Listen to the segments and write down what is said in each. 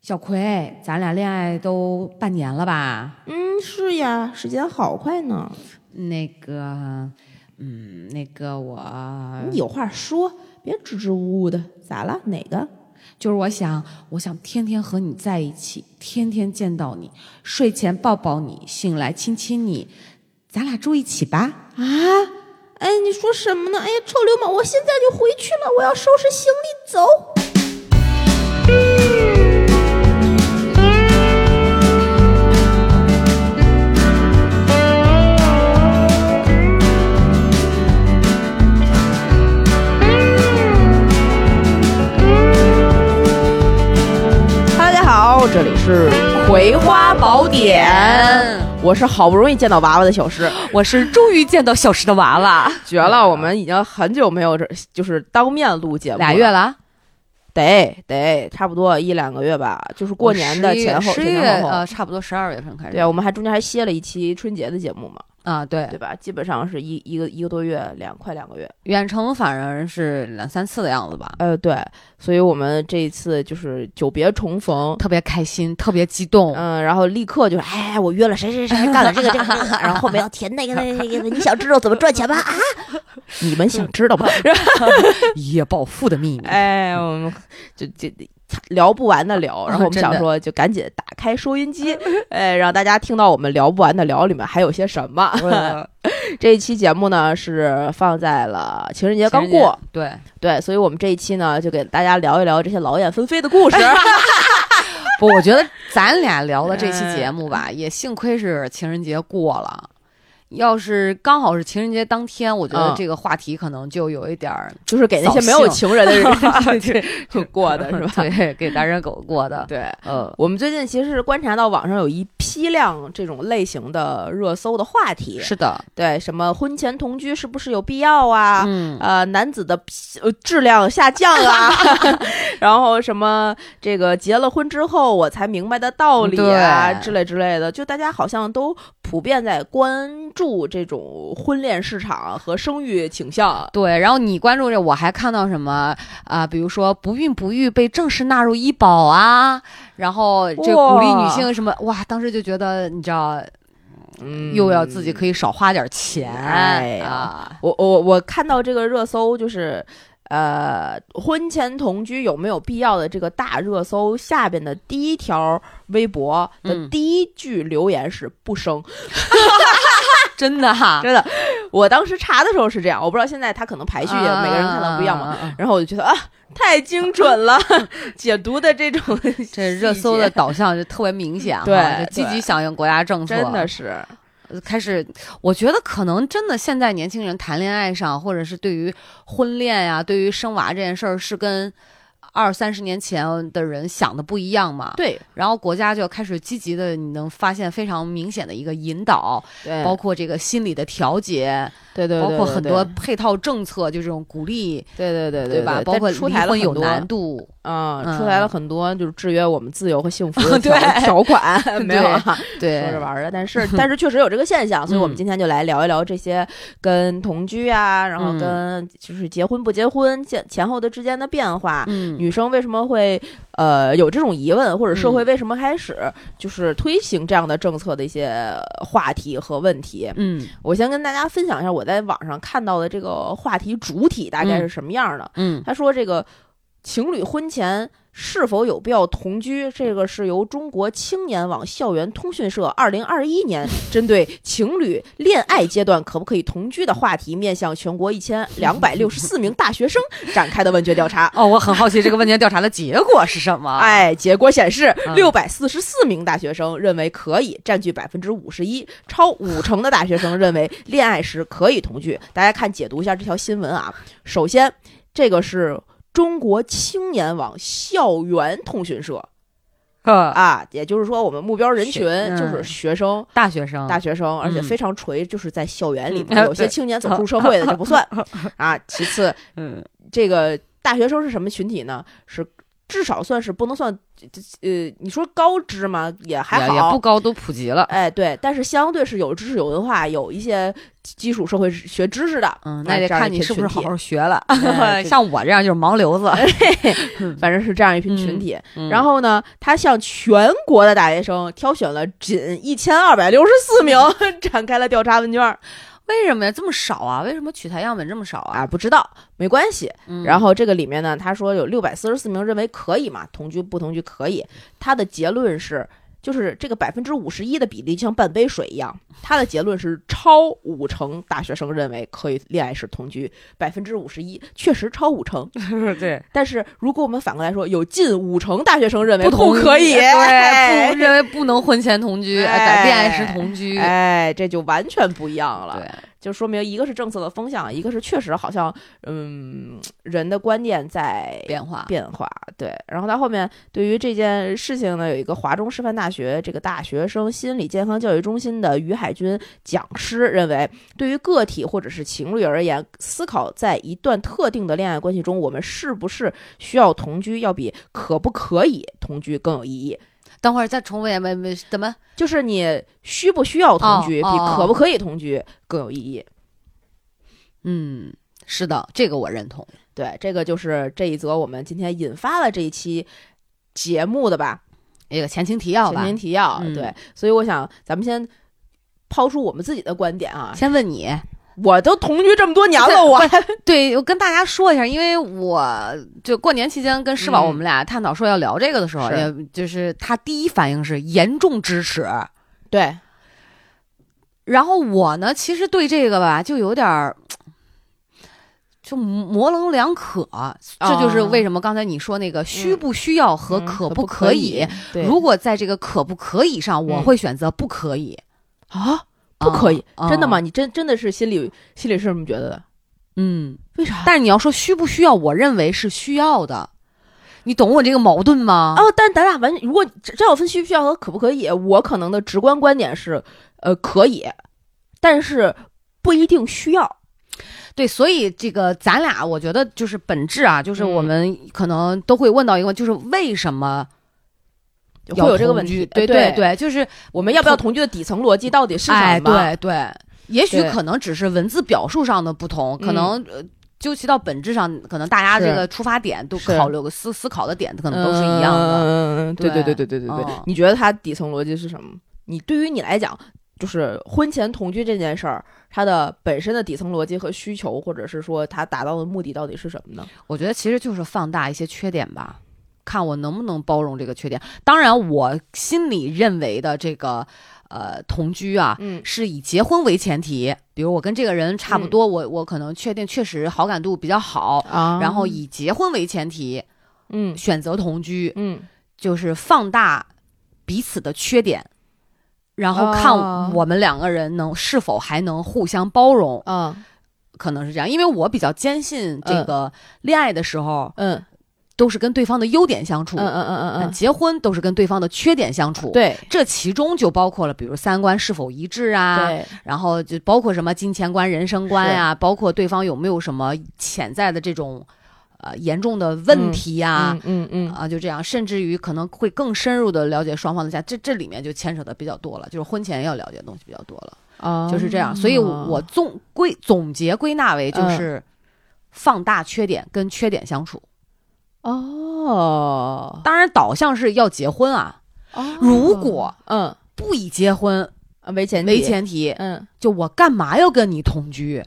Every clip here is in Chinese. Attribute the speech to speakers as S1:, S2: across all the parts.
S1: 小葵，咱俩恋爱都半年了吧？
S2: 嗯，是呀，时间好快呢。
S1: 那个，嗯，那个我
S2: 你有话说，别支支吾吾的。咋了？哪个？
S1: 就是我想，我想天天和你在一起，天天见到你，睡前抱抱你，醒来亲亲你，咱俩住一起吧？
S2: 啊？哎，你说什么呢？哎呀，臭流氓！我现在就回去了，我要收拾行李走。Hello，大家好，这里是《葵花宝典》，我是好不容易见到娃娃的小诗。
S1: 我是终于见到小石的娃娃，
S2: 绝了！我们已经很久没有这就是当面录节 目，
S1: 俩月
S2: 了，
S1: 了，
S2: 得得差不多一两个月吧，就是过年的
S1: 十一
S2: 前后，
S1: 十一
S2: 前
S1: 月
S2: 前后后。
S1: 呃，差不多十二月份开始。
S2: 对，我们还中间还歇了一期春节的节目嘛，
S1: 啊，对，
S2: 对吧？基本上是一一个一个多月，两快两个月。
S1: 远程反正是两三次的样子吧，
S2: 呃，对，所以我们这一次就是久别重逢，
S1: 特别开心，特别激动。
S2: 嗯，然后立刻就是，哎，我约了谁谁谁干了这个这个，这个，然后后面要填那个那个那个，你想知道怎么赚钱吗？啊，你们想知道吗？
S1: 一夜暴富的 秘密。
S2: 哎，我们就就聊不完的 聊，然后我们
S1: 真的
S2: 想说，就赶紧打开收音机， 哎，让大家听到我们聊不完的聊里面还有些什么。 这一期节目呢是放在了情人节刚
S1: 情人
S2: 过
S1: 节，，对，
S2: 对，所以我们这一期呢就给大家聊一聊这些劳燕分飞的 故事。
S1: 不，我觉得咱俩聊的这期节目吧，也幸亏是情人节过了。要是刚好是情人节当天，我觉得
S2: 嗯
S1: 这个话题可能就有一点 儿
S2: 就是给那些没有情人的
S1: 啊
S2: 人 去过的是吧？
S1: 对，给单身狗过的。
S2: 对，
S1: 呃，
S2: 我们最近其实是观察到网上有一批量这种类型的热搜的话题，
S1: 是的，
S2: 对什么婚前同居是不是有必要啊？
S1: 嗯，
S2: 呃，男子的呃质量下降 啊， 然后什么这个结了婚之后我才明白的道理啊
S1: 嗯对
S2: 之类之类的，就大家好像都普遍在关注这种婚恋市场和生育倾向。
S1: 对。然后你关注这，我还看到什么啊、比如说不孕不育被正式纳入医保啊，然后这鼓励女
S2: 哇
S1: 性什么，哇，当时就觉得你知道，
S2: 嗯
S1: 又要自己可以少花点钱、
S2: 哎呀
S1: 啊。
S2: 我我我看到这个热搜就是。呃，婚前同居有没有必要的这个大热搜下边的第一条微博的
S1: 嗯
S2: 第一句留言是不生，
S1: 真的哈，
S2: 真的，我当时查的时候是这样，我不知道现在他可能排序也
S1: 啊
S2: 每个人看到不一样嘛。
S1: 啊啊啊啊
S2: 然后我就觉得啊，太精准 了，解读的这种
S1: 这热搜的
S2: 细节
S1: 导向就特别明显哈，
S2: 对
S1: 就积
S2: 对
S1: 极响应国家政策，
S2: 真的是，
S1: 呃开始。我觉得可能真的现在年轻人谈恋爱上，或者是对于婚恋呀、对于生娃这件事儿，是跟二三十年前的人想的不一样嘛。
S2: 对
S1: 然后国家就开始积极的，你能发现非常明显的一个引导，
S2: 对
S1: 包括这个心理的调节，
S2: 对对，
S1: 包
S2: 对
S1: 括
S2: 对
S1: 很
S2: 对
S1: 多配套政策，就这种鼓励，
S2: 对对对
S1: 对吧？
S2: 对
S1: 包括
S2: 但出
S1: 离
S2: 台了
S1: 婚
S2: 很
S1: 有
S2: 多
S1: 难度，
S2: 啊，
S1: 嗯
S2: 出来了很多就是制约我们自由和 幸福的条
S1: 对
S2: 条款， 没有啊，
S1: 对，嗯
S2: 说着玩儿的，但是但是确实有这个现象，所以我们今天就来聊一聊这些跟同居啊，然后
S1: 嗯
S2: 跟就是结婚不结婚前前后的之间的变化，
S1: 嗯，
S2: 女生为什么会呃有这种疑问，或者社会为什么开始就是推行这样的政策的一些话题和问题？
S1: 嗯
S2: 我先跟大家分享一下我在网上看到的这个话题主体大概是什么样的。
S1: 嗯
S2: 他说这个情侣婚前。是否有必要同居？这个是由中国青年网校园通讯社二零二一年针对情侣恋爱阶段可不可以同居的话题，面向全国一千两百六十四名大学生展开的问卷调查。
S1: 哦，我很好奇这个问卷调查的结果是什么？，
S2: 哎，结果显示，
S1: 啊嗯
S2: 六百四十四名大学生认为可以，占据百分之五十一，超五成的大学生认为恋爱时可以同居。大家看解读一下这条新闻啊。首先，这个是中国青年网校园通讯社
S1: 呃，
S2: 啊，也就是说，我们目标人群
S1: 学
S2: 就是
S1: 嗯
S2: 学生、
S1: 大学生，
S2: 大学生，而且
S1: 嗯
S2: 非常垂，就是在校园里
S1: 嗯
S2: 面，有些
S1: 对
S2: 青年走出社会的就不算啊。其次，
S1: 嗯
S2: 这个大学生是什么群体呢？是至少算是不能算，呃，你说高知嘛，也还
S1: 也也不
S2: 好。
S1: 高，都普及了。
S2: 哎，对，但是相对是有知识、有文化、有一些基础社会学知识的，
S1: 嗯，
S2: 哎
S1: 那得
S2: 这样
S1: 看
S2: 一
S1: 你
S2: 片
S1: 是不是
S2: 群
S1: 好
S2: 体
S1: 好学了。
S2: 哎这
S1: 像我这样哎就是盲流子。
S2: 反正是这样一批群
S1: 嗯
S2: 体。
S1: 嗯
S2: 然后呢，他向全国的大学生挑选了仅一千二百六十四名， 展开了调查问卷儿
S1: 为什么呀？这么少啊？为什么取材样本这么少啊？
S2: 啊，不知道没关系。
S1: 嗯
S2: 然后这个里面呢，他说有六百四十四名认为可以嘛，同居不同居可以。他的结论是，就是这个百分之五十一的比例就像半杯水一样。他的结论是，超五成大学生认为可以恋爱时同居，百分之五十一确实超五成。
S1: 对，
S2: 但是如果我们反过来说，有近五成大学生认为
S1: 不同
S2: 可以，
S1: 意哎对，不认为不能婚前同居，
S2: 哎
S1: 在恋爱时同居。
S2: 哎，这就完全不一样了。
S1: 对，
S2: 就说明一个是政策的风向，一个是确实好像，嗯，人的观念在
S1: 变化。
S2: 变化。对，然后他后面对于这件事情呢，有一个华中师范大学这个大学生心理健康教育中心的于海军讲师认为，对于个体或者是情侣而言，思考在一段特定的恋爱关系中，我们是不是需要同居，要比可不可以同居更有意义。
S1: 等会儿再重复一遍，没没怎么？
S2: 就是你需不需要同居，
S1: 哦
S2: 比
S1: 哦哦
S2: 可不可以同居更有意义。
S1: 嗯，是的，这个我认同。
S2: 对，这个就是这一则我们今天引发了这一期节目的吧，
S1: 一个前情提要
S2: 前
S1: 吧。
S2: 情提要。
S1: 嗯
S2: 对，所以我想咱们先抛出我们自己的观点啊，
S1: 先问你，
S2: 我都同居这么多年 了，我还
S1: 对，我跟大家说一下，因为我就过年期间跟施宝
S2: 嗯
S1: 我们俩探讨说要聊这个的时候，
S2: 是
S1: 也就是他第一反应是严重支持，
S2: 对
S1: 然后我呢，其实对这个吧就有点儿。就模棱两可，这就是为什么刚才你说那个需不需要和
S2: 哦嗯
S1: 可
S2: 可
S1: 不
S2: 不
S1: 可以。
S2: 以？对
S1: 如果在这个可不可以上，我
S2: 嗯
S1: 会选择不可以，
S2: 啊，不可以，
S1: 啊
S2: 真的吗？？你真真的是心里心里是这么觉得的？
S1: 嗯，
S2: 为啥？
S1: 但是你要说需不需要，我认为是需要的。你懂我这个矛盾吗？
S2: 哦，但是咱俩完，如果这要分需不需要和可不可以，我可能的直观观点是，呃，可以，但是不一定需要。
S1: 对，所以这个咱俩，我觉得就是本质啊，就是
S2: 嗯
S1: 我们可能都会问到一个问题，就是为什么
S2: 会
S1: 要
S2: 有这个
S1: 同
S2: 问
S1: 居
S2: 题，
S1: 对
S2: 哎对
S1: 对，就是
S2: 我们要不要同居的底层逻辑到底是
S1: 哎，
S2: 什么？
S1: 对对，也许
S2: 对嗯
S1: 可能只是文字表述上的不同，可能呃究其到本质上，可能大家这
S2: 是
S1: 个出发点都
S2: 是
S1: 考虑个思思考的点，可能都是一样的。
S2: 嗯，对对
S1: 对
S2: 对对对对对
S1: 嗯。
S2: 你觉得它底层逻辑是什么？你对于你来讲，就是婚前同居这件事儿，它的本身的底层逻辑和需求，或者是说它达到的目的到底是什么呢？
S1: 我觉得其实就是放大一些缺点吧，看我能不能包容这个缺点。当然，我心里认为的这个呃同居啊，
S2: 嗯
S1: 是以结婚为前提，比如我跟这个人差不多，我我可能确定确实好感度比较好，
S2: 啊
S1: 然后以结婚为前提
S2: 嗯
S1: 选择同居，
S2: 嗯
S1: 就是放大彼此的缺点，然后看
S2: 哦
S1: 我们两个人能是否还能互相包容，
S2: 啊
S1: 可能是这样，因为我比较坚信这个恋爱的时候
S2: 嗯
S1: 都是跟对方的优点相处，
S2: 嗯嗯嗯嗯
S1: 嗯
S2: 嗯，
S1: 结婚都是跟对方的缺点相处，。
S2: 对
S1: 这其中就包括了，比如三观是否一致啊，
S2: 对
S1: 然后就包括什么金钱观、人生观呀、包括对方有没有什么潜在的这种呃严重的问题呀、啊。
S2: 嗯嗯嗯
S1: 就这样，甚至于可能会更深入的了解双方的家，这这里面就牵扯的比较多了，就是婚前要了解的东西比较多了，
S2: 啊
S1: 就是这样。所以我总归总结归纳为
S2: 嗯
S1: 就是放大缺点跟缺点相处，
S2: 哦，
S1: 当然导向是要结婚啊，
S2: 哦
S1: 如果
S2: 嗯
S1: 不以结婚
S2: 为前提
S1: 为前提，
S2: 嗯。
S1: 就我干嘛要跟你同居？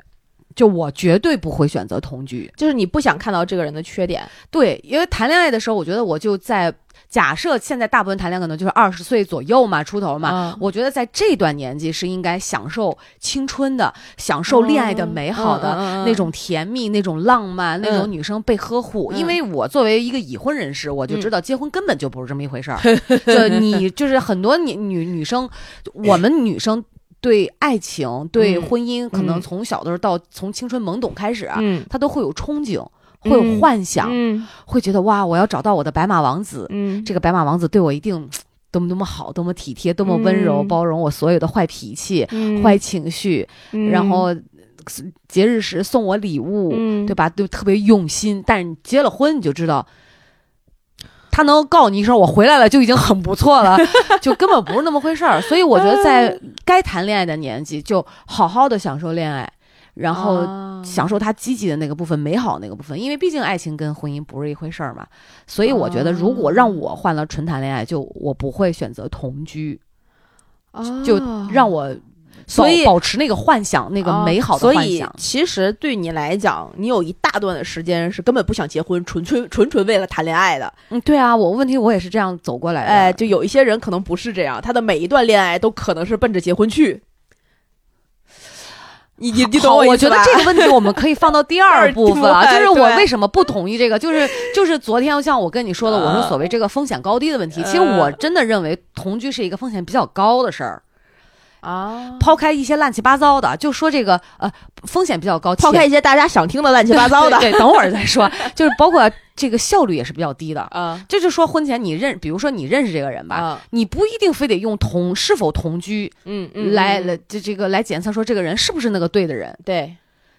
S1: 就我绝对不会选择同居。
S2: 就是你不想看到这个人的缺点，
S1: 对，因为谈恋爱的时候，我觉得我就在假设现在大部分谈恋爱可能就是二十岁左右嘛，出头嘛。
S2: 嘛，
S1: 我觉得在这段年纪是应该享受青春的，享受恋
S2: 哦
S1: 爱的美好的、
S2: 的
S1: 那种甜蜜、那种浪漫、那种女生被呵护。
S2: 嗯
S1: 因为我作为一个已婚人士，我就知道结婚根本就不是这么一回事 儿。就你就是很多女女女生，我们女生。对爱情、对
S2: 嗯
S1: 婚姻，可能
S2: 嗯
S1: 从小的时候到从青春懵懂开始啊，
S2: 嗯
S1: 她都会有憧憬，会有
S2: 嗯
S1: 幻想，
S2: 嗯
S1: 会觉得哇，我要找到我的白马王子，
S2: 嗯
S1: 这个白马王子对我一定多么多么好，多么体贴，多么温柔，
S2: 嗯
S1: 包容我所有的坏脾气、
S2: 个
S1: 坏情绪，然后节日时送我礼物，
S2: 嗯嗯
S1: 对吧？就特别用心。但是你结了婚，你就知道他能告你一声我回来了就已经很不错 了，就根本不是那么回事儿。所以我觉得在
S2: 嗯
S1: 该谈恋爱的年纪，就好好的享受恋爱，然后
S2: 啊
S1: 享受它积极的那个部分、美好那个部分，因为毕竟爱情跟婚姻不是一回事儿嘛。所以我觉得，如果让我换了纯谈恋爱，就我不会选择同居，就
S2: 啊
S1: 让我
S2: 所
S1: 保
S2: 以
S1: 保持那个幻想，那个
S2: 啊
S1: 美好的
S2: 所
S1: 幻
S2: 以
S1: 想。
S2: 其实对你来讲，你有一大段的时间是根本不想结婚，纯粹纯纯为了谈恋爱的。
S1: 嗯，对啊，我问题我也是这样走过来的。
S2: 哎，就有一些人可能不是这样，他的每一段恋爱都可能是奔着结婚去。你你你
S1: 好
S2: 懂我意
S1: 我
S2: 思
S1: 觉得
S2: 吧
S1: 这个问题我们可以放到第
S2: 二
S1: 二部分啊，
S2: 部分
S1: 就是我
S2: 对
S1: 为什么不同意这个，就是就是昨天像我跟你说的，我说所谓这个风险高低的问题，其实我
S2: 呃
S1: 真的认为同居是一个风险比较高的事儿。
S2: 啊，
S1: 抛开一些乱七八糟的，就说这个呃风险比较高，
S2: 抛
S1: 且
S2: 开一些大家想听的乱七八糟的
S1: 对，对等会儿再说， 就是包括这个效率也是比较低的。
S2: 啊
S1: 这就说婚前你认，比如说你认识这个人吧，
S2: 啊，
S1: 你不一定非得用同是否同居
S2: 嗯嗯，
S1: 来、
S2: 嗯
S1: 来这这个来检测说这个人是不是那个对的人。
S2: 对，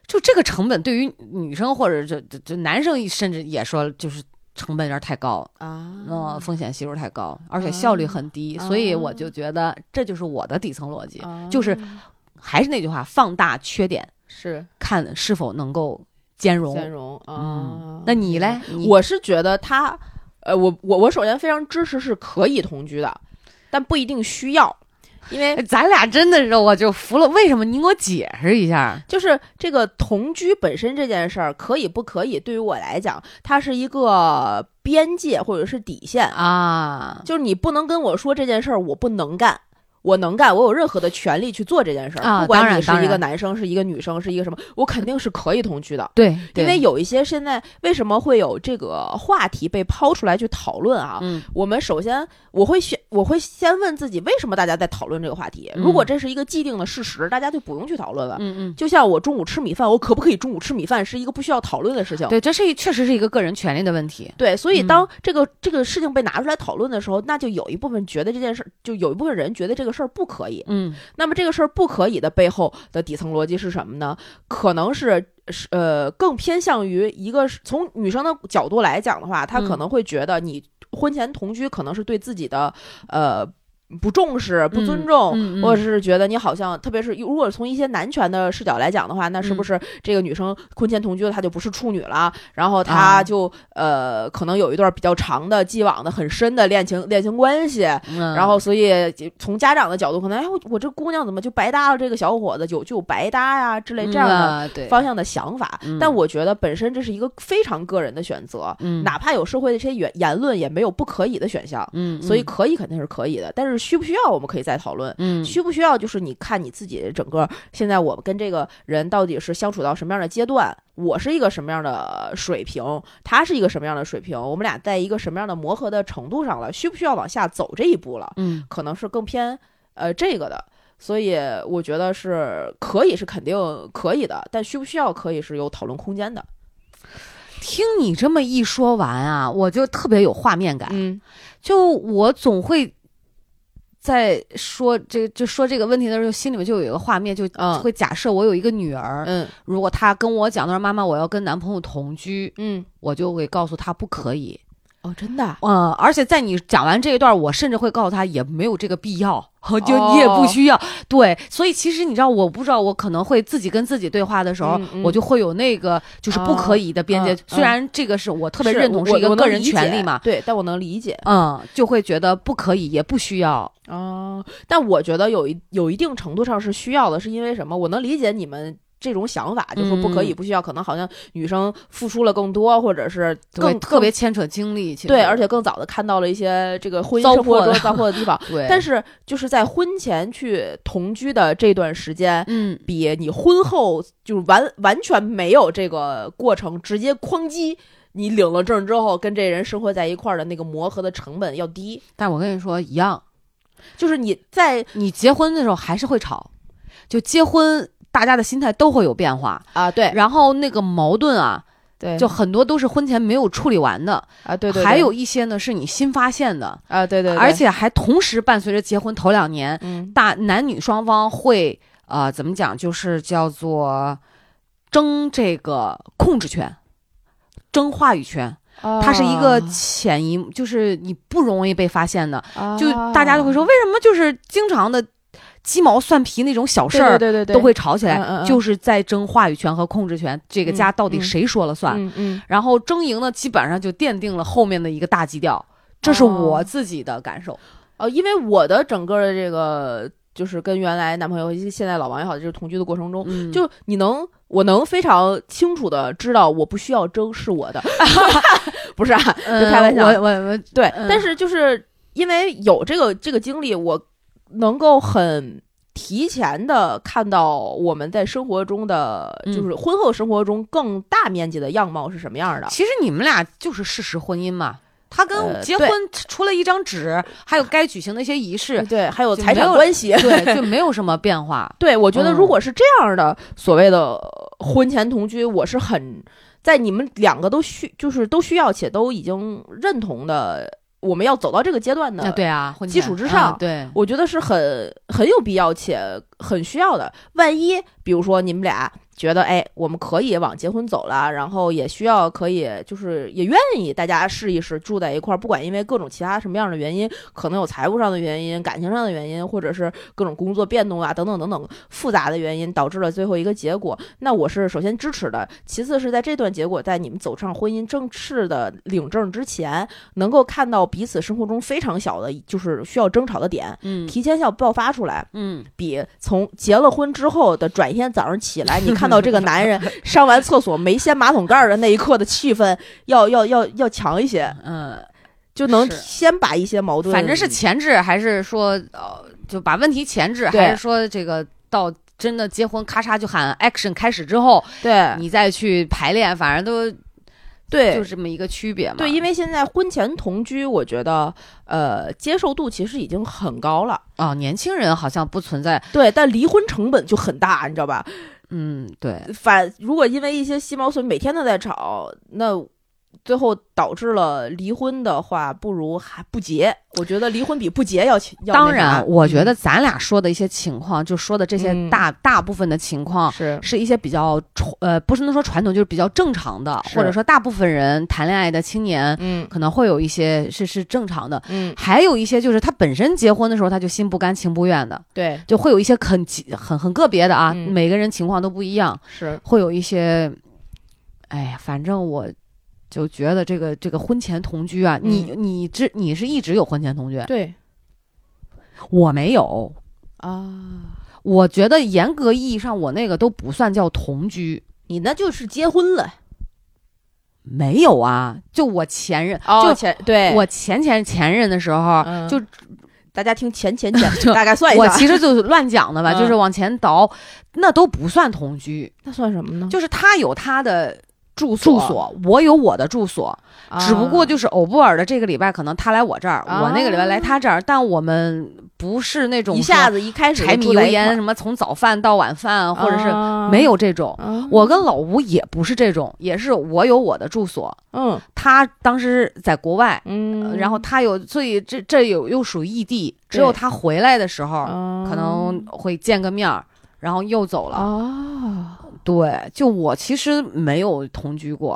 S1: 就这个成本对于女生或者这这这男生甚至也说就是成本有点太高，
S2: 啊
S1: 嗯，风险系数太高，而且效率很低，
S2: 啊
S1: 所以我就觉得这就是我的底层逻辑。
S2: 啊
S1: 嗯就是还是那句话，放大缺点，
S2: 是
S1: 看是否能够兼容。
S2: 兼容啊
S1: 嗯。，那你嘞？你
S2: 我是觉得他，呃，我我我首先非常支持是可以同居的，但不一定需要，因为
S1: 哎咱俩真的是我就服了，为什么？您给我解释一下。
S2: 就是这个同居本身这件事儿，可以不可以，对于我来讲，它是一个边界或者是底线啊，
S1: 啊
S2: 就是你不能跟我说这件事儿我不能干。我能干，我有任何的权利去做这件事儿，
S1: 啊
S2: 不
S1: 当
S2: 管
S1: 然
S2: 你是
S1: 当
S2: 一个
S1: 然
S2: 男生，是一个女生，是一个什么，我肯定是可以同居的。
S1: 对，对
S2: 因为有一些现在为什么会有这个话题被抛出来去讨论啊？
S1: 嗯
S2: 我们首先我会先我会先问自己，为什么大家在讨论这个话题？
S1: 嗯
S2: 如果这是一个既定的事实，大家就不用去讨论了。
S1: 嗯嗯，
S2: 就像我中午吃米饭，我可不可以中午吃米饭，是一个不需要讨论的事情。
S1: 对，这是一确实是一个个人权利的问题。
S2: 对所以
S1: 嗯
S2: 当这个、这个事情被拿出来讨论的时候，那就有一部分觉得这件事，就有一部分人觉得这个事儿不可以。
S1: 嗯
S2: 那么这个事儿不可以的背后的底层逻辑是什么呢？可能是是呃更偏向于一个是从女生的角度来讲的话，她
S1: 嗯
S2: 可能会觉得你婚前同居可能是对自己的呃不重视、不尊重。
S1: 嗯嗯
S2: 哦或者是觉得你好像，特别是如果从一些男权的视角来讲的话，那是不
S1: 嗯
S2: 是这个女生婚前同居了，她就不是处女了？然后她
S1: 啊
S2: 就、呃，可能有一段比较长的、既往的很深的恋情恋情关系，
S1: 嗯
S2: 然后，所以就从家长的角度，可能哎，我我这姑娘怎么就白搭了？这个小伙子有就有白搭呀、之类这样的
S1: 嗯啊对
S2: 方向的想法。
S1: 嗯
S2: 但我觉得本身这是一个非常个人的选择，
S1: 嗯
S2: 哪怕有社会的这些言言论，也没有不可以的选项。
S1: 嗯，
S2: 所以
S1: 嗯
S2: 可以肯定是可以的，但是需不需要，我们可以再讨论。
S1: 嗯
S2: 需不需要就是你看你自己整个现在我跟这个人到底是相处到什么样的阶段，我是一个什么样的水平，他是一个什么样的水平，我们俩在一个什么样的磨合的程度上了，需不需要往下走这一步了，
S1: 嗯
S2: 可能是更偏呃这个的。所以我觉得是可以，是肯定可以的，但需不需要可以是有讨论空间的。
S1: 听你这么一说完啊，我就特别有画面感。
S2: 嗯
S1: 就我总会在说这就说这个问题的时候，心里面就有一个画面，就
S2: 嗯
S1: 会假设我有一个女儿，
S2: 嗯
S1: 如果她跟我讲，她说妈妈我要跟男朋友同居，
S2: 嗯，
S1: 我就会告诉她不可以。
S2: 哦，真的啊，
S1: 嗯，而且在你讲完这一段，我甚至会告诉她也没有这个必 要，就
S2: 哦
S1: 你也不需要。对，所以其实你知道，我不知道，我可能会自己跟自己对话的时候。
S2: 嗯嗯
S1: 我就会有那个就是不可以的边界，
S2: 嗯嗯
S1: 虽然这个是我特别
S2: 是
S1: 认同哦
S2: 我
S1: 是一
S2: 我
S1: 个
S2: 能
S1: 个人
S2: 理解
S1: 权利嘛，
S2: 对，但我能理解。
S1: 嗯，就会觉得不可以，也不需要。
S2: 哦，但我觉得有一有一定程度上是需要的，是因为什么？我能理解你们这种想法，就说不可以、
S1: 嗯
S2: 不需要，可能好像女生付出了更多，或者是
S1: 对
S2: 更，
S1: 特别牵扯精力，其
S2: 更
S1: 实
S2: 对，而且更早的看到了一些这个婚姻
S1: 糟
S2: 生活
S1: 粕的
S2: 中糟粕的地方。
S1: 对，
S2: 但
S1: 是
S2: 是就是在婚前去同居的这段时间。
S1: 嗯，
S2: 比你婚后就是完完全没有这个过程，直接哐叽，你领了证之后跟这人生活在一块儿的那个磨合的成本要低。
S1: 但我跟你说一样，
S2: 就是你在
S1: 你结婚的时候还是会吵，就结婚大家的心态都会有变化，
S2: 啊，对
S1: 然后那个矛盾啊，
S2: 对
S1: 就很多都是婚前没有处理完的，
S2: 啊，对对，
S1: 还
S2: 对
S1: 有一些呢是你新发现的，
S2: 啊，对对，对
S1: 而且还同时伴随着结婚头两年，
S2: 嗯，
S1: 大男女双方会呃怎么讲，就是叫做争这个控制权，争话语权。它是一个潜移，就是你不容易被发现的，
S2: 啊，
S1: 就大家就会说，为什么就是经常的鸡毛蒜皮那种小事儿
S2: 对对对对，
S1: 都会吵起来，
S2: 嗯嗯嗯
S1: 就是在争话语权和控制权，这个家到底
S2: 嗯
S1: 谁说了算？
S2: 嗯嗯，
S1: 然后争赢呢，基本上就奠定了后面的一个大基调。这是我自己的感受，
S2: 哦，因为我的整个的这个就是跟原来男朋友、现在老王也好，就是同居的过程中，
S1: 嗯
S2: 就你能，我能非常清楚的知道，我不需要争是我 的，不是啊，
S1: 嗯
S2: 开玩笑
S1: 我我我
S2: 对，
S1: 嗯
S2: 但是就是因为有这个这个经历，我能够很提前的看到我们在生活中的，
S1: 嗯
S2: 就是婚后生活中更大面积的样貌是什么样的。
S1: 其实你们俩就是事实婚姻嘛，他跟
S2: 呃
S1: 结
S2: 对
S1: 婚除了一张纸，还有该举行的一些仪 式，
S2: 对，还有
S1: 就
S2: 财
S1: 没
S2: 产
S1: 有
S2: 关 系，
S1: 对，就没有什么变 化。
S2: 对，我觉得
S1: 嗯
S2: 如果是这样的所谓的婚前同居，我是很在你们两个都需就是都需要且都已经认同的，我们要走到这个阶段
S1: 那
S2: 的，
S1: 对啊，婚
S2: 呃基
S1: 前
S2: 础之上
S1: 嗯对，
S2: 我觉得是很很有必要且很需要的。万一比如说你们俩觉得哎，我们可以往结婚走了，然后也需要可以就是也愿意大家试一试住在一块儿，不管因为各种其他什么样的原因，可能有财务上的原因、感情上的原因，或者是各种工作变动啊等等等等复杂的原因导致了最后一个结果。那我是首先支持的，其次是在这段结果在你们走上婚姻正式的领证之前，能够看到彼此生活中非常小的就是需要争吵的点，
S1: 嗯
S2: 提前要爆发出来，
S1: 嗯，
S2: 比从结了婚之后的转一天早上起来，你看到这个 男人上完厕所没掀马桶盖儿的那一刻的气氛要要要要强一些，
S1: 嗯，
S2: 就能
S1: 是
S2: 先把一些矛盾，
S1: 反正是前置还是说呃，就把问题前置，
S2: 对
S1: 还是说这个到真的结婚咔嚓就喊 action 开始之后，
S2: 对
S1: 你再去排练，反正都
S2: 对
S1: 就这么一个区别嘛。
S2: 对，因
S1: 为
S2: 为现在婚前同居，我觉得呃接受度其实已经很高了，
S1: 哦，年轻人好像不存在，
S2: 对，但离婚成本就很大，你知道吧？
S1: 嗯，对，
S2: 反如果因为一些鸡毛蒜每天都在吵，那最后导致了离婚的话，不如还不结。我觉得离婚比不结要起要那
S1: 当
S2: 啥
S1: 然，我觉得咱俩说的一些情况，就说的这些
S2: 嗯
S1: 大、大部分的情况，
S2: 是
S1: 是一些比较传呃，不是能说传统，就是比较正常的，
S2: 是
S1: 或者说大部分人谈恋爱的青年
S2: 嗯
S1: 可能会有一些是是正常的，
S2: 嗯
S1: 还有一些就是他本身结婚的时候他就心不甘情不愿的，
S2: 对
S1: 就会有一些很极很很个别的啊，
S2: 嗯
S1: 每个人情况都不一样，
S2: 是
S1: 会有一些，哎呀，反正我。就觉得这个这个婚前同居啊，
S2: 嗯
S1: 你你这你是一直有婚前同居，
S2: 对
S1: 我没有，
S2: 啊，
S1: 我觉得严格意义上，我那个都不算叫同居，
S2: 你那就是结婚了
S1: 没有啊。就我哦前任，
S2: 就
S1: 就
S2: 前对
S1: 我前前前任的时候，
S2: 哎嗯
S1: 就
S2: 大家听前前 前大概算一
S1: 我
S2: 下，
S1: 其实就是乱讲的吧，
S2: 嗯
S1: 就是往前倒，那都不算同居，
S2: 那算什么呢？
S1: 就是他有他的。住
S2: 嗯所
S1: 住所，我有我的住所，只不过就是偶不尔的，这个礼拜可能他来我这儿，
S2: 啊
S1: 我那个礼拜来他这儿，但我们不是那种
S2: 一下
S1: 子
S2: 子一开始
S1: 柴米
S2: 就住
S1: 油
S2: 在一块
S1: 盐，
S2: 儿，
S1: 什么从早饭到晚饭，或者是
S2: 啊
S1: 没。有这种。
S2: 啊
S1: 我跟老吴也不是这种，也是我有我的住所，
S2: 嗯
S1: 他当时在国外，呃
S2: 嗯，
S1: 然后他有，所以这这有又属于异地，只有他回来的时候可
S2: 可
S1: 能会见个面儿，然后又走了。
S2: 啊
S1: 对，就我其实没有同居过，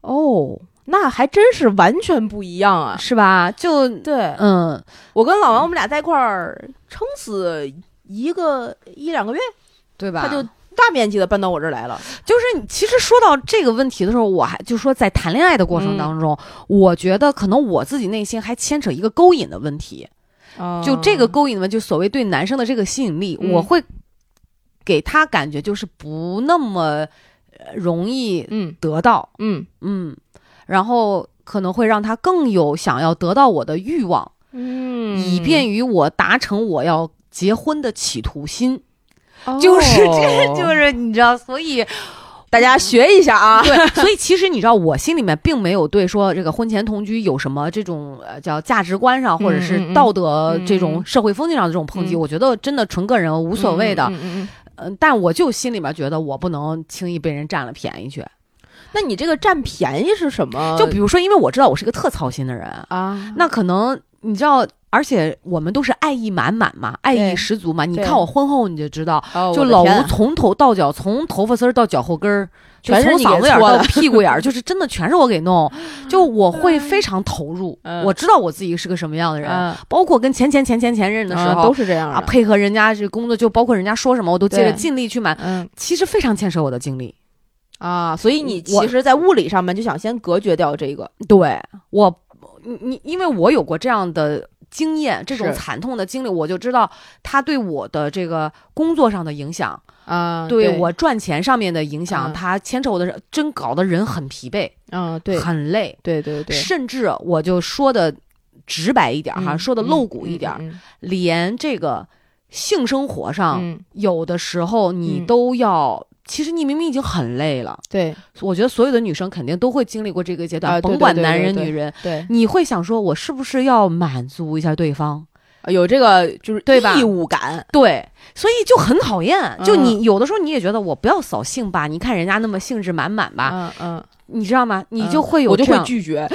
S2: 哦，那还真是完全不一样啊！
S1: 是吧？就
S2: 对
S1: 嗯，
S2: 我跟老王，我们俩在一块儿撑死一个一两个月，
S1: 对吧？
S2: 他就大面积的搬到我这儿来了。
S1: 就是你其实说到这个问题的时候，我还就说在谈恋爱的过程当中，我觉得可能我自己内心还牵扯一个勾引的问题。
S2: 哦
S1: 就这个勾引嘛，就所谓对男生的这个吸引力，
S2: 嗯
S1: 我会给他感觉就是不那么呃容易
S2: 嗯
S1: 得到，
S2: 嗯
S1: 嗯，然后可能会让他更有想要得到我的欲望，
S2: 嗯
S1: 以便于我达成我要结婚的企图心，就是
S2: 哦
S1: 这，就是你知道，所 以
S2: 大家学一下 啊。
S1: 对，所以其实你知道，我心里面并没有对说这个婚前同居有什么这种呃叫价值观上或者
S2: 嗯嗯
S1: 是
S2: 嗯
S1: 道德这
S2: 嗯嗯
S1: 种社会风气上的这种抨击，
S2: 嗯
S1: 我觉得真的纯个人无
S2: 无
S1: 所谓的。
S2: 嗯嗯嗯
S1: 嗯，但我就心里面觉得我不能轻易被人占了便宜去。
S2: 那你这个占便宜是什么？
S1: 就比如说，因为我知道我是一个特操心的人，
S2: 啊，
S1: 那可能你知道，而且我们都是爱意满满嘛，爱意
S2: 对
S1: 十足嘛。你
S2: 对
S1: 看我婚后你就知道，
S2: 哦
S1: 就老吴从头到脚，从头发丝儿到脚后跟儿，啊就
S2: 全是
S1: 从
S2: 你给
S1: 嗓子眼儿
S2: 搓
S1: 到 嗯
S2: 的
S1: 屁股眼儿，就是真的全是我给弄。就我会非常投入，
S2: 嗯
S1: 我知道我自己是个什么样的人，
S2: 嗯，
S1: 包括跟前前前前前任的时候、
S2: 都是这样
S1: 啊，
S2: 的。
S1: 配合人家这工作，就包括人家说什么，我都接着
S2: 对
S1: 尽力去满。
S2: 嗯
S1: 其实非常牵扯我的精力，
S2: 啊，所以你
S1: 我
S2: 其实，在物理上面就想先隔绝掉这个，
S1: 对我，你你，因为我有过这样的经验，这种
S2: 是
S1: 惨痛的经历，我就知道他对我的这个工作上的影响，
S2: 啊，
S1: 对，我赚钱上面的影响，
S2: 嗯
S1: 他牵扯我的人，真搞得人很疲惫，
S2: 嗯，对，
S1: 很累，
S2: 对对对，
S1: 甚至我就说的直白一点儿哈，
S2: 嗯
S1: 说的
S2: 嗯
S1: 露骨一
S2: 嗯
S1: 点儿，啊
S2: 嗯
S1: 连这个性生活上，
S2: 嗯，
S1: 有的时候你
S2: 嗯
S1: 都要。其实你明明已经很累了，
S2: 对
S1: 我觉得所有的女生肯定都会经历过这个阶段，
S2: 啊对
S1: 甭
S2: 对
S1: 管
S2: 对
S1: 男
S2: 对
S1: 人
S2: 对
S1: 女人，
S2: 对，
S1: 你会想说，我是不是要满足一下对方？
S2: 有这个就是
S1: 对吧
S2: 义务感，
S1: 对，所以就很讨厌。就
S2: 嗯
S1: 你有的时候你也觉得我不要扫兴吧，你看人家那么兴致满满吧，
S2: 嗯嗯，
S1: 你知道吗？啊你
S2: 嗯
S1: 就会有
S2: 我就
S1: 这
S2: 会
S1: 样，
S2: 拒绝，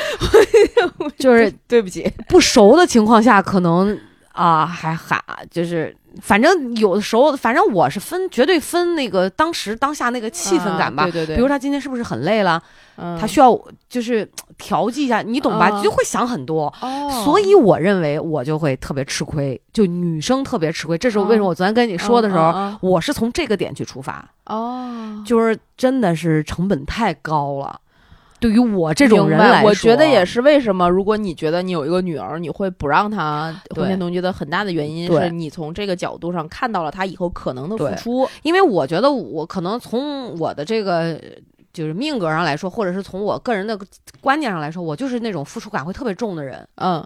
S1: 就是
S2: 对不起，
S1: 不熟的情况下，可能啊、还喊，就是反正有的时候，反正我是分绝对分那个当时当下那个 气氛感吧。
S2: 啊对对对，嗯
S1: 比如他今天是不是很累了？
S2: 他
S1: 他需要就是调剂一下，你懂吧？
S2: 啊
S1: 就会想很多。
S2: 哦，
S1: 所以我认为我就会特别吃亏，就女生特别吃亏。这是为什么
S2: 嗯
S1: 我昨天跟你
S2: 你
S1: 说的时候，
S2: 哦
S1: 我是从这个点去出发，
S2: 哦
S1: 就是真的是成本太高了，对于我这种人
S2: 明白
S1: 来说，
S2: 我觉得也是为什么，如果你觉得你有一个女儿，你会不让她
S1: 对
S2: 婚前同居的很大的原因
S1: 对
S2: 是你从这个角度上看到了她以后可能的
S1: 对
S2: 付出，
S1: 因为我觉得我可能从我的这个。就是命格上来说，或者是从我个人的观念上来说，我就是那种付出感会特别重的人。
S2: 嗯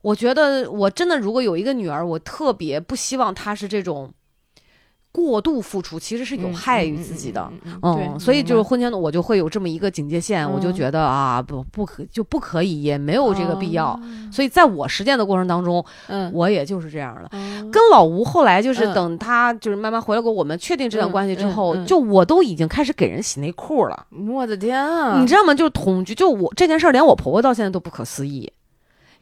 S1: 我觉得我真的如果有一个女儿，我特别不希望她是这种过度付出，其实是有
S2: 嗯
S1: 害
S2: 嗯
S1: 于
S2: 嗯
S1: 自
S2: 嗯
S1: 己的。
S2: 嗯嗯嗯
S1: 嗯，
S2: 对
S1: 所以就是
S2: 明白
S1: 婚前的我就会有这么一个警戒线，我就
S2: 嗯
S1: 觉得啊，不不可就不可以，也没有这个必要。
S2: 哦
S1: 所以在我实践的过程当中，
S2: 嗯，
S1: 我也就是这样了。
S2: 哦
S1: 跟老吴后来就是
S2: 嗯
S1: 等他就是慢慢回来过，我们确定这段
S2: 嗯
S1: 关系之
S2: 嗯
S1: 后，
S2: 嗯
S1: 就我都已经开始给人洗内裤了，
S2: 我的天啊，
S1: 你知道吗？就是统计，就我这件事儿，连我婆婆到现在都不可思议，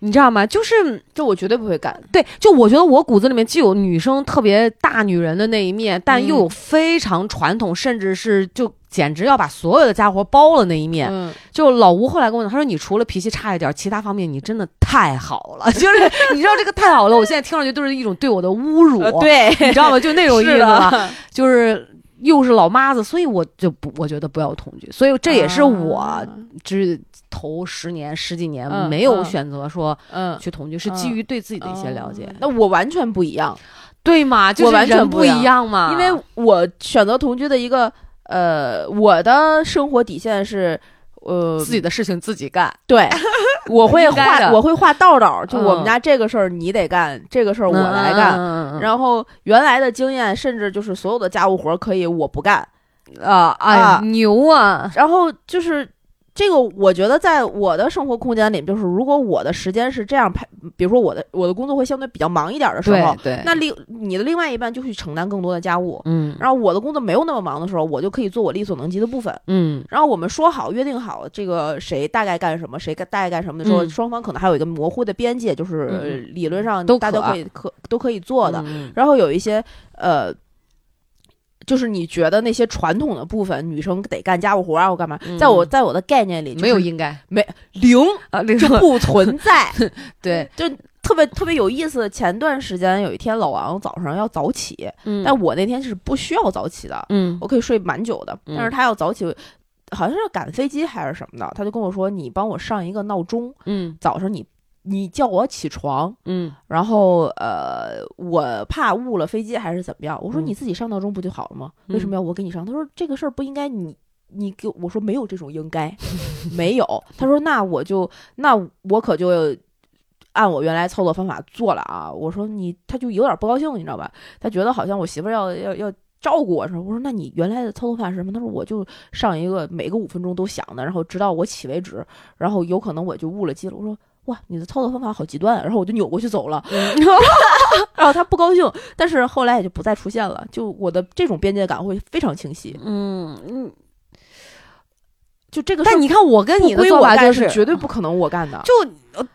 S1: 你知道吗？就是
S2: 这我绝对不会干，
S1: 对，就我觉得我骨子里面既有女生特别大女人的那一面，但又
S2: 嗯
S1: 有非常传统，甚至是就简直要把所有的家伙包了那一面。
S2: 嗯，
S1: 就老吴后来跟我讲，他说你除了脾气差一点，其他方面你真的太好了， 就是你知道这个太好了，我现在听上去都是一种对我的侮辱，啊
S2: 呃，对，
S1: 你知道吗？就那种意思
S2: 是
S1: 吧，
S2: 的，
S1: 就是。又是老妈子，所以我就不，我觉得不要同居，所以这也是我
S2: 啊
S1: 这头十年、十几年
S2: 嗯
S1: 没有
S2: 嗯
S1: 选择说
S2: 嗯。
S1: 去同居，是基
S2: 嗯
S1: 于对自己的一些了解。
S2: 哦那我完全不一样，
S1: 对嘛，就是
S2: 完全
S1: 人
S2: 不
S1: 不
S2: 一样
S1: 一样嘛，
S2: 因为我选择同居的一个，呃，我的生活底线是，呃，
S1: 自己的事情自己干。
S2: 对，我会
S1: 应该
S2: 画，
S1: 的
S2: 我会画道道儿，就我
S1: 嗯
S2: 们家这个事儿你得干，这个事儿我来干。
S1: 嗯，
S2: 然后原来的经验，甚至就是所有的家务活儿可以我不干。
S1: 后啊，哎呀
S2: 啊，
S1: 牛啊！
S2: 然后就是这个，我觉得在我的生活空间里，就是如果我的时间是这样排，比如说我的我的工作会相对比较忙一点儿的时候，
S1: 对
S2: 那另你的另外一半就去承担更多的家务。
S1: 嗯
S2: 然后我的工作没有那么忙的时候，我就可以做我力所能及的部分。
S1: 嗯
S2: 然后我们说好约定好，这个谁大概干什么，谁该大概干什么的时候，
S1: 嗯
S2: 双方可能还有一个模糊的边界，就是
S1: 嗯
S2: 呃理论上
S1: 都
S2: 大家
S1: 可啊
S2: 可以可都可以做的。
S1: 嗯
S2: 然后有一些呃，就是你觉得那些传统的部分，女生得干家务活啊，或干嘛，在我
S1: 嗯
S2: 在我的概念里、
S1: 没有应该
S2: 零
S1: 啊，那
S2: 就
S1: 个
S2: 不存在，
S1: 对，
S2: 就。特别特别有意思。前段时间有一天，老王早上要早起，
S1: 嗯
S2: 但我那天是不需要早起的，
S1: 嗯
S2: 我可以睡蛮久的，
S1: 嗯
S2: 但是他要早起，好像是要赶飞机还是什么的，他就跟我说：“你帮我上一个闹钟，
S1: 嗯
S2: 早上你你叫我起床，
S1: 嗯
S2: 然后呃，我怕误了飞机还是怎么样。”我说：“
S1: 嗯
S2: 你自己上闹钟不就好了吗？
S1: 嗯
S2: 为什么要我给你上？”他说：“这个事儿不应该你。”你给我我说没有这种应该， 没有。他说那我就那我可就按我原来操作方法做了啊。我说你他就有点不高兴，你知道吧？他觉得好像我媳妇儿要要要照顾我似的。我说那你原来的操作方法是什么？他说我就上一个每个五分钟都响的，然后直到我起为止，然后有可能我就误了机了。我说哇，你的操作方法好极端啊，然后我就扭过去走了。然后他不高兴，但是后来也就不再出现了。就我的这种边界感会非常清晰。
S1: 嗯嗯。
S2: 就这个事儿
S1: 但你看，我跟你的
S2: 不归
S1: 做
S2: 我
S1: 法
S2: 干嗯
S1: 就是
S2: 绝对不可能我干的。
S1: 就。呃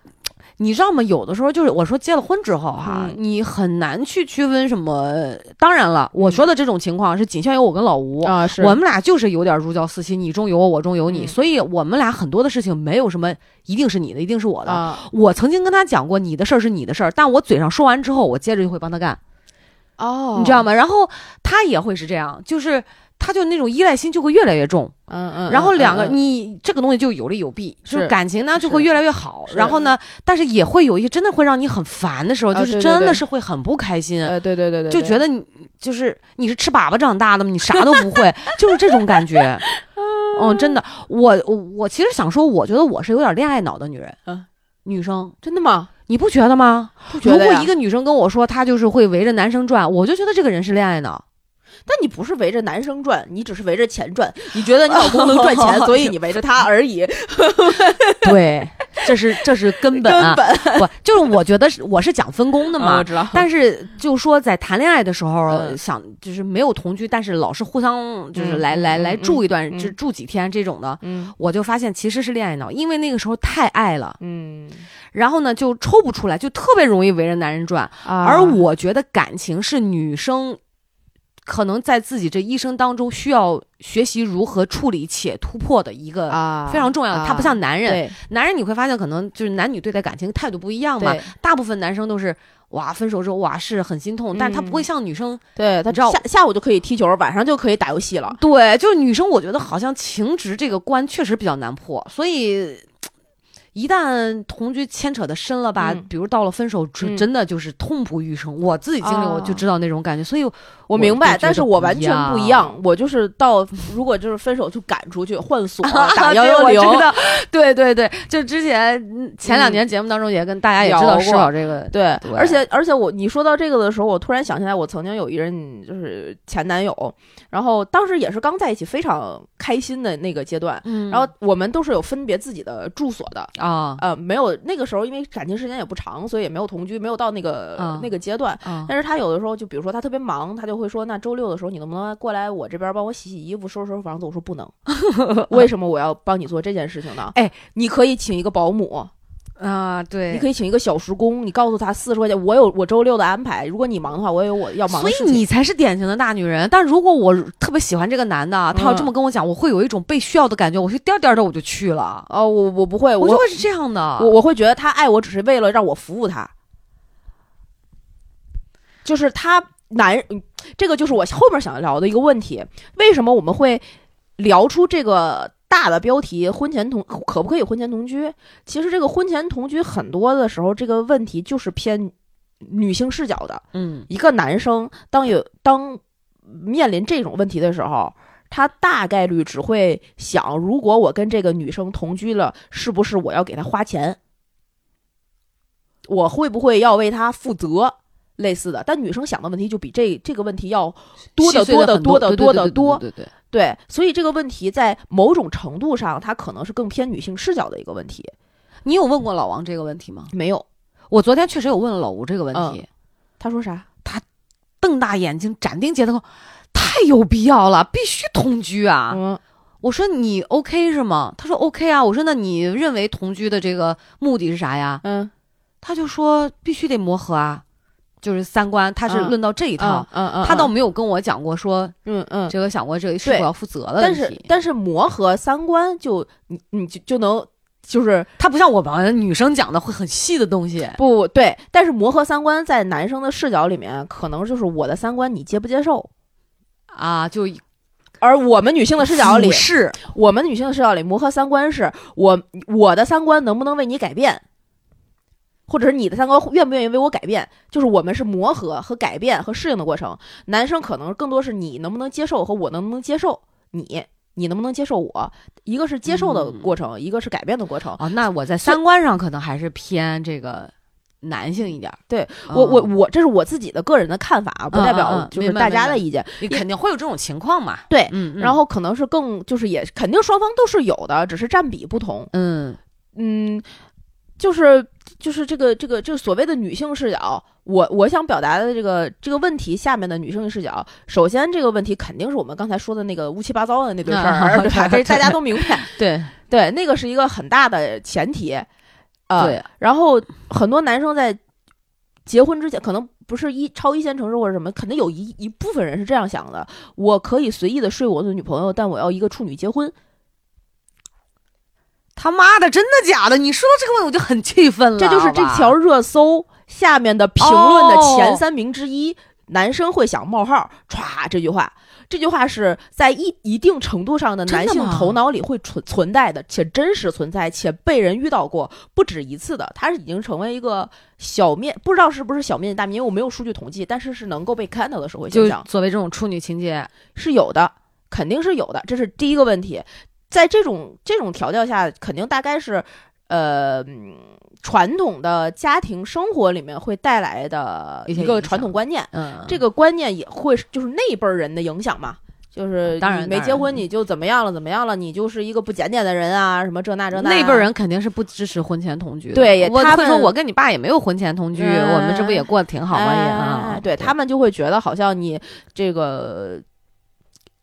S1: 你知道吗？有的时候就是我说结了婚之后哈，
S2: 嗯
S1: 你很难去区分什么。当然了，我说的这种情况是仅限于我跟老吴，
S2: 啊，是
S1: 我们俩就是有点如胶似漆，你中有我，我中有你，
S2: 嗯
S1: 所以我们俩很多的事情没有什么一定是你的，一定是我的。
S2: 啊
S1: 我曾经跟他讲过，你的事儿是你的事儿，但我嘴上说完之后，我接着就会帮他干，
S2: 哦
S1: 你知道吗？然后他也会是这样，就是他就那种依赖心就会越来越重。
S2: 嗯嗯，
S1: 然后两个
S2: 嗯嗯
S1: 你这个东西就有利有弊，就是
S2: 是
S1: 感情呢就会
S2: 是
S1: 越来越好。
S2: 是
S1: 然后呢，但是也会有一些真的会让你很烦的时候，
S2: 啊
S1: 就
S2: 对
S1: 是
S2: 对
S1: 真的
S2: 对
S1: 是会很不开心，
S2: 呃，对对对对，
S1: 就觉得
S2: 得
S1: 你就是你是吃粑粑长大的吗？你啥都不 会，就是这种感
S2: 啊
S1: 觉。嗯，真的，我我我其实想说，我觉得我是有点恋爱脑的女人，
S2: 嗯
S1: 女生
S2: 真的吗？
S1: 你不觉得吗？
S2: 不觉
S1: 如
S2: 得
S1: 果
S2: 呀
S1: 一，个女生跟我说她就是会围着男生转，我就觉得这个人是恋爱 脑。
S2: 但你不是围着男生转，你只是围着钱转，你觉得你老公能赚钱，所以你围着他而 已，
S1: 对，这是这是根
S2: 根
S1: 本啊，
S2: 本
S1: 不就是我觉得是我是讲分工的嘛
S2: 啊我。知道，
S1: 但是就说在谈恋爱的时候，
S2: 嗯
S1: 想就是没有同居，但是老是互相就是
S2: 嗯
S1: 来来
S2: 嗯
S1: 来
S2: 嗯
S1: 住一段，
S2: 嗯
S1: 就住几天这种的，
S2: 嗯
S1: 我就发现其实是恋爱脑，因为那个时候太爱了，
S2: 嗯，
S1: 然后呢就抽不出来，就特别容易围着男人转。而
S2: 而
S1: 我觉得感情是女生可能在自己这一生当中需要学习如何处理且突破的一个
S2: 啊
S1: 非常重要的，它不像男人，
S2: 对
S1: 男人你会发现可能就是男女对待感情态度不一样嘛，
S2: 对
S1: 大部分男生都是哇，分手之后哇是很心痛，但是他不会像女生，
S2: 对，他
S1: 你知道
S2: 下下午就可以踢球，晚上就可以打游戏了。
S1: 对，就是女生，我觉得好像情执这个关确实比较难破，所以。一旦同居牵扯的深了吧，
S2: 嗯
S1: 比如到了分手，真
S2: 嗯
S1: 真的就是痛不欲生。我自己经历，
S2: 啊
S1: 我就知道那种感觉，所以
S2: 我
S1: 哦我
S2: 明
S1: 就
S2: 白，
S1: 觉
S2: 但
S1: 得
S2: 是
S1: 不
S2: 我
S1: 一
S2: 完全不一
S1: 样
S2: 样，我就是到如果就是分手就赶出去换锁打
S1: 啊
S2: 幺
S1: 对
S2: 幺
S1: 我
S2: 零，
S1: 知道，对对对，就之前嗯前两
S2: 嗯
S1: 年节目当中也跟大家也
S2: 聊
S1: 知道
S2: 过
S1: 是有这个，
S2: 对，
S1: 对
S2: 而且而且我你说到这个的时候，我突然想起来，我曾经有一任就是前男友，然后当时也是刚在一起，非常开心的那个阶段。
S1: 嗯，
S2: 然后我们都是有分别自己的住所的，
S1: 啊
S2: 呃，没有那个时候因为感情时间也不长，所以也没有同居，没有到那个、
S1: 啊
S2: 那个阶段。
S1: 啊
S2: 但是他有的时候就比如说他特别忙，他就会说，那周六的时候你能不能过来我这边帮我洗洗衣服、收拾收拾房子？我说不 能，为什么我要帮你做这件事情呢？
S1: 哎，
S2: 你可以请一个保姆，
S1: 啊，对，
S2: 你可以请一个小时工，你告诉他四十块钱，我有我周六的安排，如果你忙的话，我也有我要忙
S1: 所
S2: 的
S1: 以
S2: 事情。
S1: 你才是典型的大女人。但如果我特别喜欢这个男的，他要
S2: 嗯
S1: 这么跟我讲，我会有一种被需要的感觉，我去颠颠的我就去了，
S2: 哦，我我不会，
S1: 我就
S2: 我
S1: 会是这样的。
S2: 我我会觉得他爱我只是为了让我服务他，就是他男，嗯这个就是我后面想聊的一个问题，为什么我们会聊出这个大的标题“婚前同可不可以婚前同居”？其实这个婚前同居很多的时候，这个问题就是偏女性视角的，
S1: 嗯
S2: 一个男生当有当面临这种问题的时候，他大概率只会想：如果我跟这个女生同居了，是不是我要给她花钱？我会不会要为她负责？类似的，但女生想的问题就比这这个问题要多得
S1: 细碎得
S2: 多得
S1: 很
S2: 多得
S1: 对对
S2: 多得
S1: 对对
S2: 多。
S1: 对对对，
S2: 对，所以这个问题在某种程度上，它可能是更偏女性视角的一个问题。
S1: 你有问过老王这个问题吗？
S2: 没有，
S1: 我昨天确实有问了老吴这个问
S2: 嗯
S1: 题，
S2: 他说啥？
S1: 瞪大眼睛，斩钉截铁地说：“太有必要了，必须同居啊！”
S2: 嗯
S1: 我说你 OK 是吗？他说 OK 啊。我说那你认为同居的这个目的是啥呀？
S2: 嗯，
S1: 他就说必须得磨合啊，就是三观，他是
S2: 嗯
S1: 论到这一
S2: 一
S1: 套，
S2: 嗯嗯，
S1: 他倒没有跟我讲过说
S2: 嗯嗯，
S1: 这个想过这个是否
S2: 对
S1: 要负责的问
S2: 但
S1: 题。
S2: 是但是磨合三观就你你就就能 就是
S1: 他不像我们女生讲的会很细的东西。
S2: 不对，但是磨合三观在男生的视角里面，可能就是我的三观你接不接受，
S1: 啊，就
S2: 而我们女性的视角里
S1: 俯，视
S2: 我们女性的视角里磨合三观是我我的三观能不能为你改变，或者是你的三观愿不愿意为我改变，就是我们是磨合和改变和适应的过程。男生可能更多是你能不能接受和我能不能接受你。你能不能接受我？一个是接受的
S1: 嗯
S2: 过程，一个是改变的过程。
S1: 哦，那我在三观上可能还是偏这个男性一点儿。
S2: 对
S1: 嗯
S2: 我我我这是我自己的个人的看法啊，不
S1: 嗯
S2: 代
S1: 嗯
S2: 表
S1: 嗯
S2: 就是
S1: 明白
S2: 大家
S1: 明白
S2: 的意见。
S1: 你肯定会有这种情况嘛。
S2: 对
S1: 嗯，嗯
S2: 然后可能是更就是也肯定双方都是有的，只是占比不同。
S1: 嗯
S2: 嗯，就是就是这个这个这个所谓的女性视角，我我想表达的这个这个问题下面的女性视角，首先这个问题肯定是我们刚才说的那个乌七八糟的那堆事
S1: 啊
S2: 儿，对吧？
S1: 对
S2: 这大家都明白。
S1: 对
S2: 对，那个是一个很大的前提。啊。
S1: 对，
S2: 然后很多男生在结婚之前，可能不是一超一线城市或者什么，肯定有一一部分人是这样想的：我可以随意的睡我的女朋友，但我要一个处女结婚。
S1: 他妈的，真的假的？你说到这个问题，我就很气愤了。
S2: 这就是
S1: 好
S2: 这
S1: 吧哦
S2: 条热搜下面的评论的前三名之一。男生会想冒号歘这句话，这句话是在一一定程度上的
S1: 真的
S2: 男性
S1: 吗
S2: 头脑里会存存在的，且真实存在，且被人遇到过不止一次的。它是已经成为一个小面，不知道是不是小面积大民，因为我没有数据统计，但是是能够被看到的社会现
S1: 就
S2: 象。
S1: 作为这种处女情节，
S2: 是有的，肯定是有的，这是第一个问题。在这种这种调教下，肯定大概是，呃，嗯传统的家庭生活里面会带来的
S1: 一些
S2: 一个
S1: 影
S2: 传
S1: 响
S2: 统观念，
S1: 嗯，
S2: 这个观念也会是就是那一辈儿人的影响嘛。就是
S1: 当然
S2: 你
S1: 当
S2: 没
S1: 然嗯
S2: 结婚你就怎么样了怎么样了，你就是一个不检点的人啊，什么这那这那啊。
S1: 那辈儿人肯定是不支持婚前同居的。
S2: 对也
S1: 我
S2: 他
S1: 会
S2: 们
S1: 说，我跟你爸也没有婚前同居，
S2: 嗯
S1: 我们这不也过得挺好吗？也
S2: 哎
S1: 啊，
S2: 对他们就会觉得好像你这个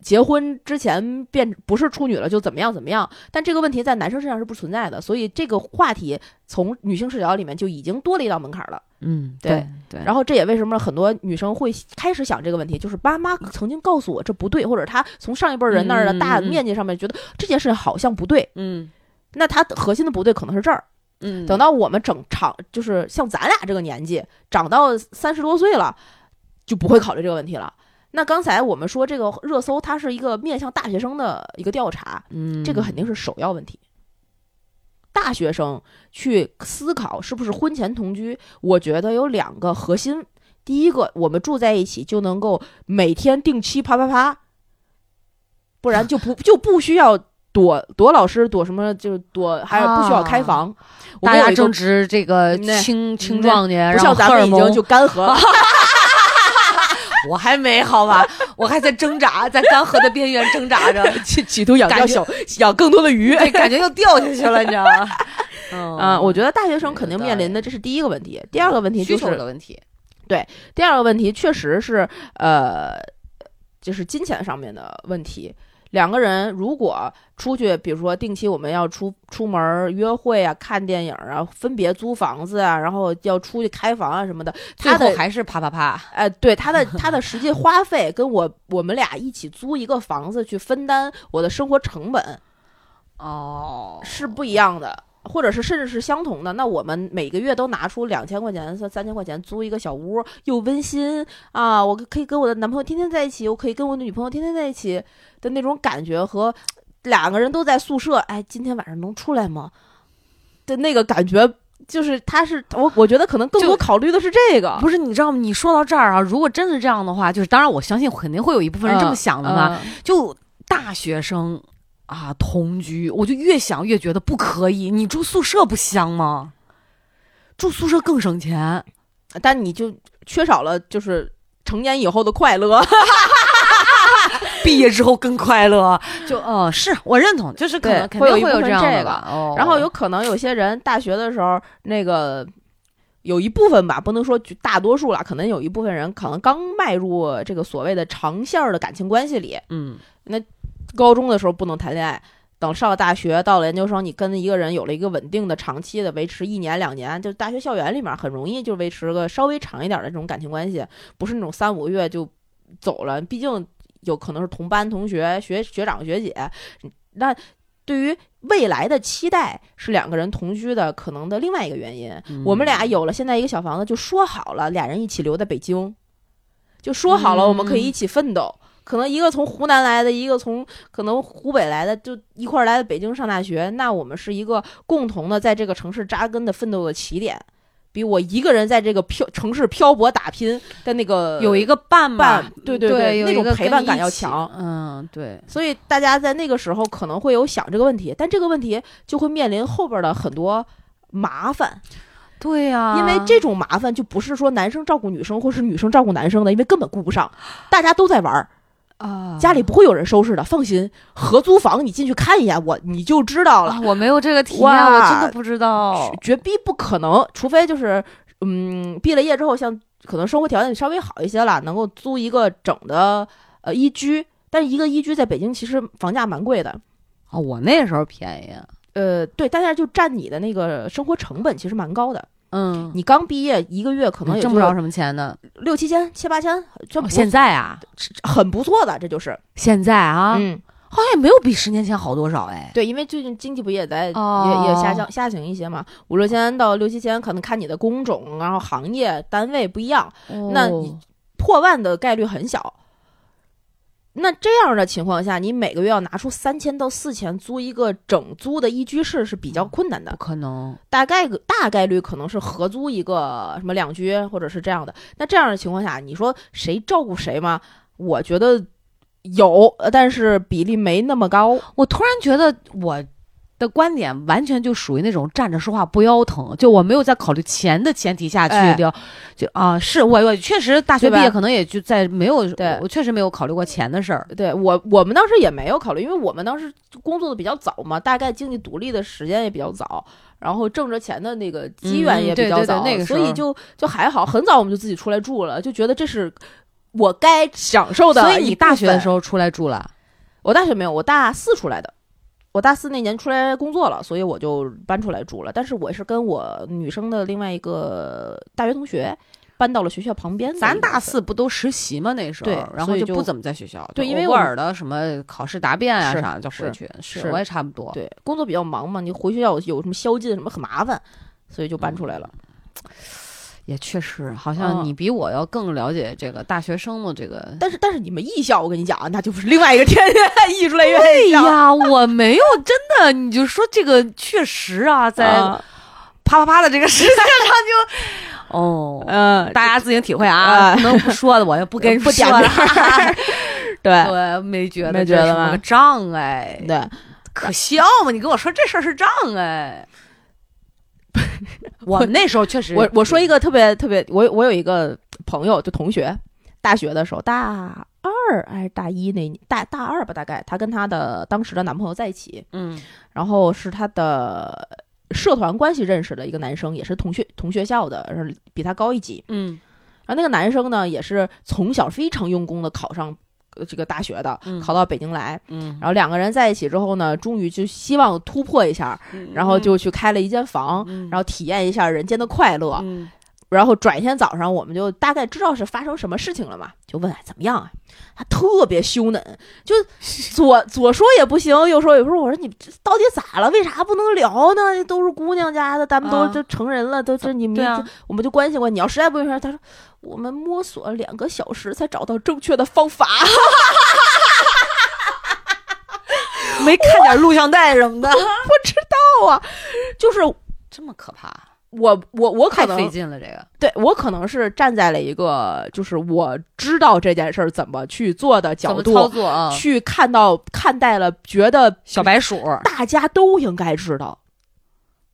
S2: 结婚之前变不是处女了就怎么样怎么样，但这个问题在男生身上是不存在的，所以这个话题从女性视角里面就已经多了一道门槛了。
S1: 嗯，
S2: 对
S1: 对对，
S2: 然后这也为什么很多女生会开始想这个问题，就是妈妈曾经告诉我这不对，或者她从上一辈人那儿的大
S1: 嗯嗯嗯
S2: 面积上面觉得这件事好像不对，
S1: 嗯
S2: 那她核心的不对可能是这儿。
S1: 嗯，
S2: 等到我们整长，就是像咱俩这个年纪，长到三十多岁了，就不会考虑这个问题了。那刚才我们说这个热搜，它是一个面向大学生的一个调查，
S1: 嗯，
S2: 这个肯定是首要问题。大学生去思考是不是婚前同居，我觉得有两个核心。第一个，我们住在一起就能够每天定期啪啪啪，不然就不就不需要躲躲老师，躲什么就是躲，还有不需要开房。我
S1: 啊大
S2: 们有
S1: 家
S2: 一个
S1: 正值这个
S2: 那
S1: 青青
S2: 那
S1: 壮年，
S2: 不
S1: 然后
S2: 像咱
S1: 荷尔
S2: 们已经
S1: 蒙
S2: 就干 涸了。
S1: 我还没好吧，我还在挣扎，在干涸的边缘挣扎 着，
S2: 企企图养
S1: 感
S2: 钓
S1: 觉嗯
S2: 小养更多的鱼。
S1: 对，感觉又掉下去了，你知道 吗？嗯
S2: 啊，我觉得大学生
S1: 有
S2: 肯定
S1: 道
S2: 面临
S1: 理
S2: 的这是第一个问题，第二个问题
S1: 需
S2: 就
S1: 求
S2: 是
S1: 的问题，
S2: 第二个问题确实是呃，就是金钱上面的问题。两个人如果出去，比如说定期我们要出出门儿约会啊、看电影啊、分别租房子啊，然后要出去开房啊什么的，
S1: 最
S2: 他的
S1: 后还是啪啪啪，
S2: 哎，对他的他的实际花费跟我我们俩一起租一个房子去分担我的生活成本，
S1: 哦，
S2: 是不一样的，或者是甚至是相同的。那我们每个月都拿出两千块钱、三三千块钱租一个小屋，又温馨啊！我可以跟我的男朋友天天在一起，我可以跟我的女朋友天天在一起的那种感觉和两个人都在宿舍，哎，今天晚上能出来吗？的那个感觉。就是，他是我，我觉得可能更
S1: 就
S2: 多考虑的是这个，
S1: 不是，你知道吗？你说到这儿啊，如果真是这样的话，就是当然我相信肯定会有一部分人这么想的嘛。
S2: 嗯
S1: 就大学生啊同居，我就越想越觉得不可以。你住宿舍不香吗？住宿舍更省钱，
S2: 嗯但你就缺少了就是成年以后的快乐，
S1: 毕业之后更快乐。 就哦、是我认同，就是可能
S2: 对
S1: 肯定
S2: 会有一
S1: 会有
S2: 部分
S1: 样
S2: 这
S1: 的
S2: 个
S1: 吧。哦，
S2: 然后有可能有些人大学的时候，那个有一部分吧，不能说绝大多数了，可能有一部分人可能刚迈入这个所谓的长线儿的感情关系里，
S1: 嗯，
S2: 高中的时候不能谈恋爱。等上了大学，到了研究生，你跟一个人有了一个稳定的、长期的维持一年两年，就大学校园里面很容易就维持个稍微长一点的这种感情关系，不是那种三五个月就走了。毕竟有可能是同班同学、学学长、学姐，那对于未来的期待是两个人同居的可能的另外一个原因。
S1: 嗯
S2: 我们俩有了现在一个小房子，就说好了，俩人一起留在北京，就说好了，
S1: 嗯
S2: 我们可以一起奋斗。可能一个从湖南来的，一个从可能湖北来的，就一块儿来的北京上大学。那我们是一个共同的在这个城市扎根的奋斗的起点，比我一个人在这个漂城市漂泊打拼的那个
S1: 有一个伴吧
S2: 伴，，对对
S1: 对，有
S2: 那
S1: 一
S2: 种
S1: 个
S2: 陪伴
S1: 跟
S2: 感
S1: 一
S2: 要
S1: 起
S2: 强。
S1: 嗯，对，
S2: 所以大家在那个时候可能会有想这个问题，但这个问题就会面临后边的很多麻烦。
S1: 对呀、
S2: 因为这种麻烦就不是说男生照顾女生，或是女生照顾男生的，因为根本顾不上，大家都在玩儿，
S1: 啊
S2: 家里不会有人收拾的，放心。合租房你进去看一眼，我你就知道了，
S1: 啊，我没有这个体验，
S2: 哇
S1: 我真的不知道。
S2: 绝逼不可能，除非就是嗯，毕了业之后，像可能生活条件稍微好一些了，能够租一个整的呃一居，但是一个一居在北京其实房价蛮贵的，
S1: 啊，我那时候便宜，
S2: 呃，对，但是就占你的那个生活成本其实蛮高的。
S1: 嗯，哎
S2: 你刚毕业一个月可能也
S1: 挣
S2: 就
S1: 不着什么钱呢。
S2: 六七千、七八千，这
S1: 哦现在啊，
S2: 很不错的，这就是
S1: 现在啊，
S2: 嗯，
S1: 好像也没有比十年前好多少哎。
S2: 对，因为最近经济不也在、
S1: 哦
S2: 也也下降下行一些嘛，五六千到六七千，可能看你的工种，然后行业单位不一样，
S1: 哦
S2: 那你破万的概率很小。那这样的情况下，你每个月要拿出三千到四千租一个整租的一居室是比较困难的
S1: 不，可能，
S2: 大概个大概率可能是合租一个什么两居或者是这样的。那这样的情况下，你说谁照顾谁吗？我觉得有，呃但是比例没那么高。
S1: 我突然觉得我的观点完全就属于那种站着说话不腰疼，就我没有在考虑钱的前提下去
S2: 哎
S1: 聊，就啊，是我我确实大学
S2: 对吧
S1: 毕业可能也就在没有，
S2: 对
S1: 我确实没有考虑过钱的事儿。
S2: 对我，我们当时也没有考虑，因为我们当时工作的比较早嘛，大概经济独立的时间也比较早，然后挣着钱的那个机缘
S1: 嗯
S2: 也
S1: 对
S2: 比较
S1: 对对
S2: 早，
S1: 那个时
S2: 所以
S1: 候
S2: 就就还好，很早我们就自己出来住了，就觉得这是我该享受的。
S1: 所以你大学的时
S2: 候，
S1: 候出来住了，
S2: 我大学没有，我大四出来的。我大四那年出来工作了，所以我就搬出来住了。但是我是跟我女生的另外一个大学同学搬到了学校旁边的一个
S1: 咱
S2: 房子。
S1: 大四不都实习吗？那时候，
S2: 对
S1: 然
S2: 所
S1: 后
S2: 以
S1: 就
S2: 就
S1: 不怎么在学校，
S2: 对
S1: 就
S2: 因为
S1: 偶
S2: 我们
S1: 尔的什么考试答辩啊
S2: 是
S1: 啥的就是回去，是
S2: 是
S1: 我也差不多。
S2: 对，工作比较忙嘛，你回学校有什么宵禁什么很麻烦，所以就搬出来了。
S1: 也确实，好像
S2: 嗯
S1: 你比我要更了解这个大学生的这个。
S2: 但是但是你们艺校，我跟你讲啊，那就是另外一个天 艺术类院
S1: 哎
S2: 校。
S1: 呀，我没有真的，你就说这个确实啊， 在
S2: 啊
S1: 啪啪啪的这个世界上 就，哦，
S2: 嗯，
S1: 大家自行体会啊，
S2: 啊
S1: 不能不说的我就不跟说
S2: 不点
S1: 了
S2: 名。 对
S1: 我没觉得
S2: 没
S1: 这
S2: 觉
S1: 是
S2: 得
S1: 什么
S2: 吗
S1: 障碍，
S2: 对，
S1: 可笑吗？你跟我说这事儿是障 碍。我那时候确实，
S2: 我我说一个特别特别，我我有一个朋友，就同学，大学的时候，大二还是大一那年大大二吧，大概她跟她的当时的男朋友在一起，
S1: 嗯
S2: 然后是她的社团关系认识的一个男生，也是同学同学校的，是比她高一级。
S1: 嗯
S2: 然后那个男生呢，也是从小非常用功的考上呃这个大学的，
S1: 嗯
S2: 考到北京来。
S1: 嗯，
S2: 然后两个人在一起之后呢，终于就希望突破一下，然后就去开了一间房，
S1: 嗯，
S2: 然后体验一下人间的快乐。
S1: 嗯
S2: 然后转一天早上，我们就大概知道是发生什么事情了嘛，就问哎怎么样啊？他特别羞赧， 就左左说也不行，右说也不是。我说你这到底咋了？为啥不能聊呢？都是姑娘家的，咱们都
S1: 啊
S2: 这成人了，都这你们
S1: 对啊
S2: 这我们就关心关心。你要实在不行，他说我们摸索了两个小时才找到正确的方法。
S1: 没看点录像带什么的，
S2: 就是
S1: 这么可怕，
S2: 我我我可
S1: 太费
S2: 能
S1: 劲了这个。
S2: 对我可能是站在了一个就是我知道这件事儿怎么去做的
S1: 怎
S2: 角
S1: 么操
S2: 度。
S1: 作啊？
S2: 去看到看待了，觉得
S1: 小白鼠，
S2: 大家都应该知道。
S1: 嗯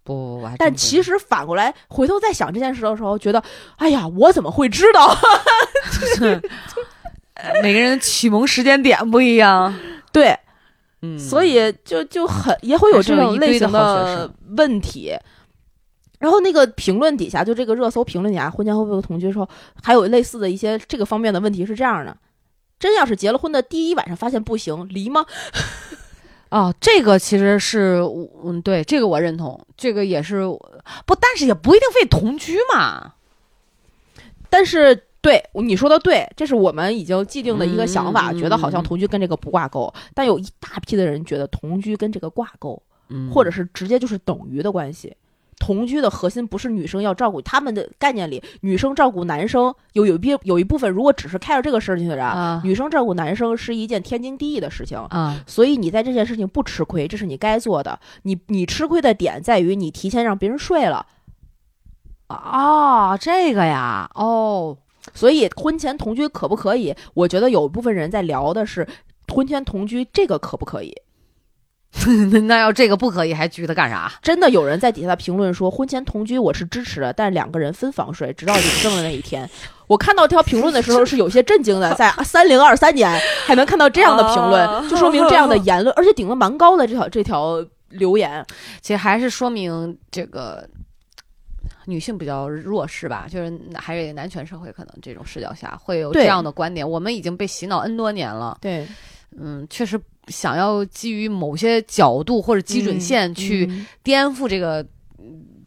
S1: 不 不不，我还
S2: 但其
S1: 实
S2: 实反过来，回头再想这件事的时候，觉得，哎呀，我怎么会知道？
S1: 每个人的启蒙时间点不一样，
S2: 对，
S1: 嗯，
S2: 所以就就很也会有这
S1: 还是有
S2: 种
S1: 一
S2: 类
S1: 堆的
S2: 型
S1: 好学生
S2: 问题。然后那个评论底下，就这个热搜评论底下，婚前会不会有同居的时候，还有类似的一些这个方面的问题是这样的：真要是结了婚的第一晚上发现不行，离吗？
S1: 哦，这个其实是我，嗯，对，这个我认同，这个也是不，但是也不一定非同居嘛。
S2: 但是对你说的对，这是我们已经既定的一个想法，
S1: 嗯
S2: 觉得好像同居跟这个不挂钩，但有一大批的人觉得同居跟这个挂钩，
S1: 嗯
S2: 或者是直接就是等于的关系。同居的核心不是女生要照顾他们的概念里，女生照顾男生有有一部有一部分，如果只是开着这个事情的人，
S1: 啊
S2: 女生照顾男生是一件天经地义的事情。
S1: 啊，
S2: 所以你在这件事情不吃亏，这是你该做的。你你吃亏的点在于你提前让别人睡了，
S1: 哦，这个呀，哦，
S2: 所以婚前同居可不可以？我觉得有部分人在聊的是婚前同居这个可不可以？
S1: 那要这个不可以，还拘他干啥？
S2: 真的有人在底下评论说，婚前同居我是支持的，但两个人分房睡，直到领证的那一天。我看到这条评论的时候是有些震惊 的，在啊三零二三年还能看到这样的评
S1: 啊
S2: 论，就说明这样的言论，而且顶得蛮高的这条这条留言。
S1: 其实还是说明这个女性比较弱势吧，就是还是男权社会可能这种视角下会有这
S2: 对
S1: 样的观点。我们已经被洗脑 N 多年了，
S2: 对，
S1: 嗯，确实想要基于某些角度或者基准线去
S2: 嗯
S1: 颠覆这个。嗯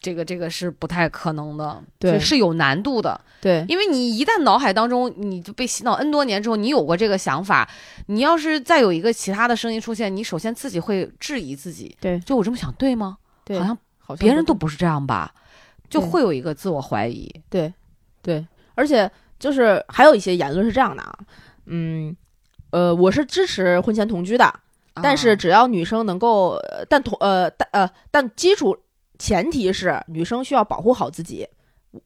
S1: 这个这个是不太可能的，
S2: 对
S1: 是是有难度的，
S2: 对
S1: 因为你一旦脑海当中你就被洗脑 N 多年之后，你有过这个想法，你要是再有一个其他的声音出现，你首先自己会质疑自己，
S2: 对
S1: 就我这么想对吗？
S2: 对，
S1: 好像
S2: 好像
S1: 别人
S2: 不
S1: 都不是这样吧，就会有一个自我怀疑。
S2: 对，对，而且就是还有一些言论是这样的啊，嗯，呃，我是支持婚前同居的，但
S1: 啊
S2: 是只要女生能够，呃但同呃但呃但基础前提是女生需要保护好自己，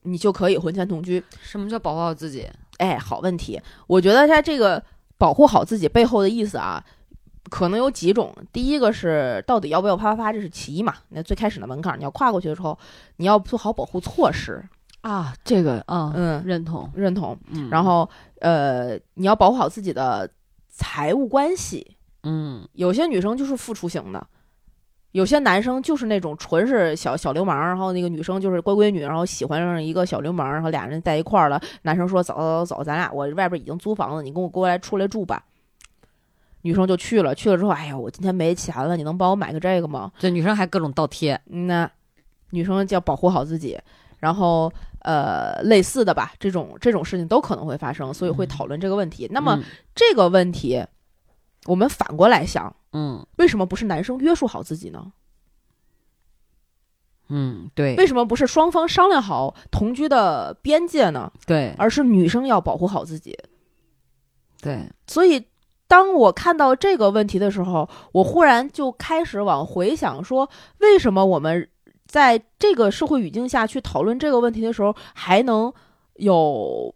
S2: 你就可以婚前同居。
S1: 什么叫保护好自己？
S2: 哎，好问题，我觉得在这个保护好自己背后的意思啊。可能有几种，第一个是到底要不要啪啪啪，这是其一嘛。那最开始的门槛儿你要跨过去的时候，你要做好保护措施。
S1: 啊，这个啊，
S2: 嗯，
S1: 认同。
S2: 认同。
S1: 嗯，
S2: 然后呃，你要保护好自己的财务关系。
S1: 嗯，
S2: 有些女生就是付出型的，有些男生就是那种纯是小小流氓，然后那个女生就是乖闺女，然后喜欢上一个小流氓，然后俩人在一块儿了。男生说走走走，咱俩我外边已经租房子，你跟我过来出来住吧。女生就去了，去了之后，哎呀，我今天没钱了，你能帮我买个这个吗？
S1: 这女生还各种倒贴，
S2: 嗯呐，女生就要保护好自己，然后呃，类似的吧，这种这种事情都可能会发生，所以会
S1: 嗯
S2: 讨论这个问题。那么这个问题，我们反过来想，
S1: 嗯，
S2: 为什么不是男生约束好自己呢？
S1: 嗯嗯，对
S2: 为什么不是双方商量好同居的边界呢？
S1: 对
S2: 而是女生要保护好自己？
S1: 对，
S2: 所以，当我看到这个问题的时候，我忽然就开始往回想说，为什么我们在这个社会语境下去讨论这个问题的时候，还能有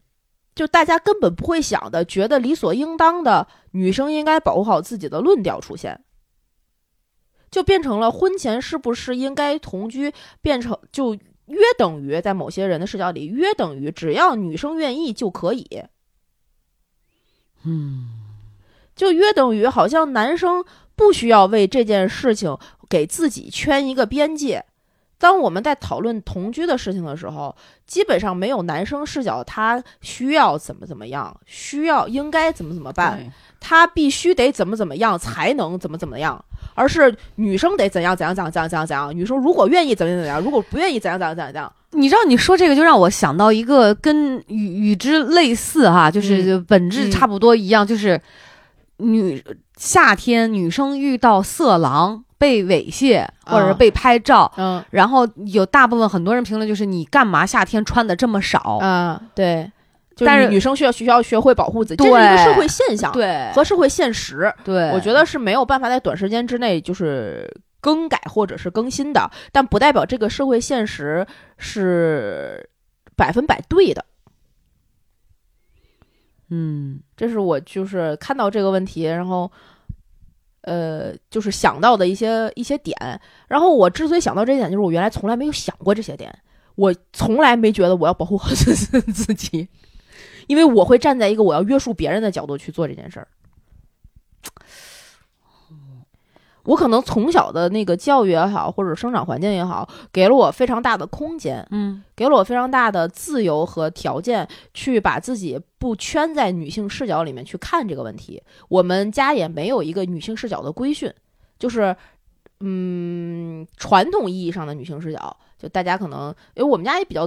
S2: 就大家根本不会想的，觉得理所应当的女生应该保护好自己的论调出现。就变成了婚前是不是应该同居，变成就约等于在某些人的视角里约等于只要女生愿意就可以，
S1: 嗯
S2: 就约等于好像男生不需要为这件事情给自己圈一个边界。当我们在讨论同居的事情的时候，基本上没有男生视角，他需要怎么怎么样，需要应该怎么怎么办，
S1: 对
S2: 他必须得怎么怎么样才能怎么怎么样，而是女生得怎样怎样怎样怎样怎样怎样。女生如果愿意怎么怎么样，如果不愿意怎样怎样怎样怎样。
S1: 你知道你说这个就让我想到一个跟与与之类似哈、就是本质差不多一样，就是女夏天女生遇到色狼被猥亵或者是被拍照，
S2: 嗯
S1: 然后有大部分很多人评论就是你干嘛夏天穿的这么少？
S2: 啊，对，就
S1: 哦但是
S2: 女生需要需要学会保护自己，这是一
S1: 对
S2: 个社会现象
S1: 对
S2: 和社会现实。
S1: 对，
S2: 我觉得是没有办法在短时间之内就是更改或者是更新的，但不代表这个社会现实是百分百对的。
S1: 嗯
S2: 这是我就是看到这个问题，然后呃，就是想到的一些一些点。然后我之所以想到这一点，就是我原来从来没有想过这些点，我从来没觉得我要 保护好自自己，因为我会站在一个我要约束别人的角度去做这件事儿。我可能从小的那个教育也好，或者生长环境也好，给了我非常大的空间，
S1: 嗯
S2: 给了我非常大的自由和条件，去把自己不圈在女性视角里面去看这个问题。我们家也没有一个女性视角的规训，就是嗯，传统意义上的女性视角，就大家可能，因为我们家也比较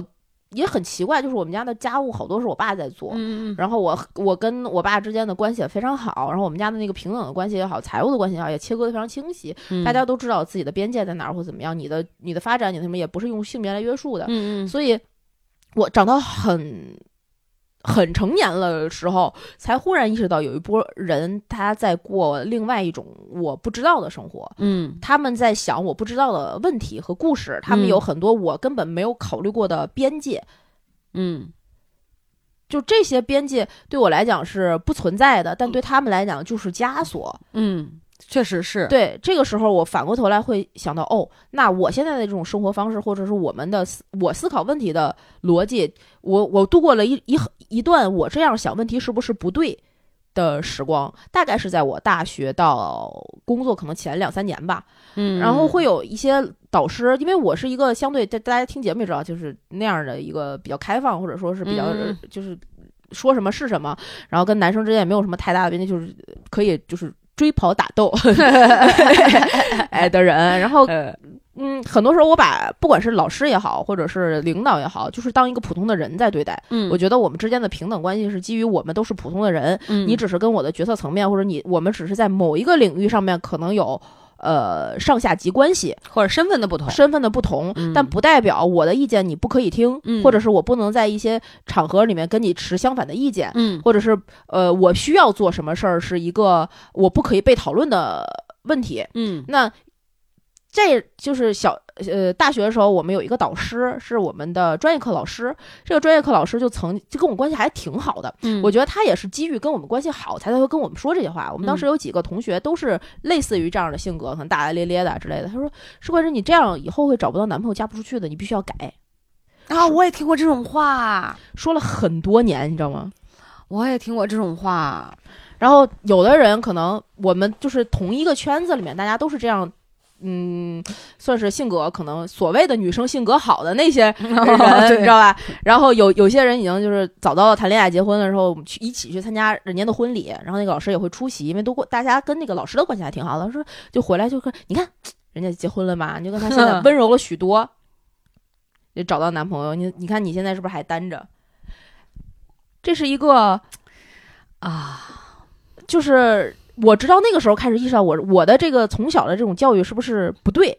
S2: 也很奇怪，就是我们家的家务好多是我爸在做，
S1: 嗯嗯
S2: 然后我我跟我爸之间的关系也非常好，然后我们家的那个平等的关系也好，财务的关系也好，也切割的非常清晰，
S1: 嗯，
S2: 大家都知道自己的边界在哪儿或怎么样，你的你的发展你的什么也不是用性别来约束的，
S1: 嗯嗯
S2: 所以我长到很很成年了的时候，才忽然意识到有一波人他在过另外一种我不知道的生活。
S1: 嗯
S2: 他们在想我不知道的问题和故事，他们
S1: 嗯
S2: 有很多我根本没有考虑过的边界，
S1: 嗯
S2: 就这些边界对我来讲是不存在的，但对他们来讲就是枷锁。
S1: 嗯，确实是，
S2: 对，这个时候我反过头来会想到，哦，那我现在的这种生活方式，或者是我们的思我思考问题的逻辑，我我度过了一一一段我这样想问题是不是不对的时光，大概是在我大学到工作可能前两三年吧。
S1: 嗯，
S2: 然后会有一些导师，因为我是一个相对大大家听节目也知道，就是那样的一个比较开放，或者说是比较、
S1: 嗯
S2: 就是说什么是什么，然后跟男生之间也没有什么太大的边界，就是可以就是。追跑打斗 哎的人。然 后，
S1: 呃，
S2: 嗯，很多时候我把不管是老师也好，或者是领导也好，就是当一个普通的人在对待。
S1: 嗯，
S2: 我觉得我们之间的平等关系是基于我们都是普通的人，
S1: 嗯
S2: 你只是跟我的决策层面，或者你我们只是在某一个领域上面可能有呃上下级关系，
S1: 或者身份的不同，
S2: 身份的不同，
S1: 嗯
S2: 但不代表我的意见你不可以听，
S1: 嗯
S2: 或者是我不能在一些场合里面跟你持相反的意见，
S1: 嗯
S2: 或者是呃我需要做什么事儿是一个我不可以被讨论的问题。
S1: 嗯
S2: 那这就是小呃大学的时候，我们有一个导师是我们的专业课老师，这个专业课老师就曾就跟我关系还挺好的，
S1: 嗯，
S2: 我觉得他也是基于跟我们关系好，才才会跟我们说这些话。我们当时有几个同学都是类似于这样的性格，可能大大咧咧的之类的。他说：“施冠生，你这样以后会找不到男朋友，嫁不出去的，你必须要改。
S1: 啊，我也听过这种话，”
S2: 说了很多年，你知道吗？
S1: 我也听过这种话，
S2: 然后有的人可能我们就是同一个圈子里面，大家都是这样。嗯，算是性格可能所谓的女生性格好的那些人，你知道吧？然后有有些人已经就是早早的谈恋爱、结婚的时候，我们去一起去参加人家的婚礼，然后那个老师也会出席，因为都过大家跟那个老师的关系还挺好的，说就回来就跟你看人家结婚了嘛，你就跟他现在温柔了许多，也找到男朋友，你你看你现在是不是还单着？这是一个
S1: 啊，
S2: 就是我直到那个时候开始意识到我我的这个从小的这种教育是不是不对，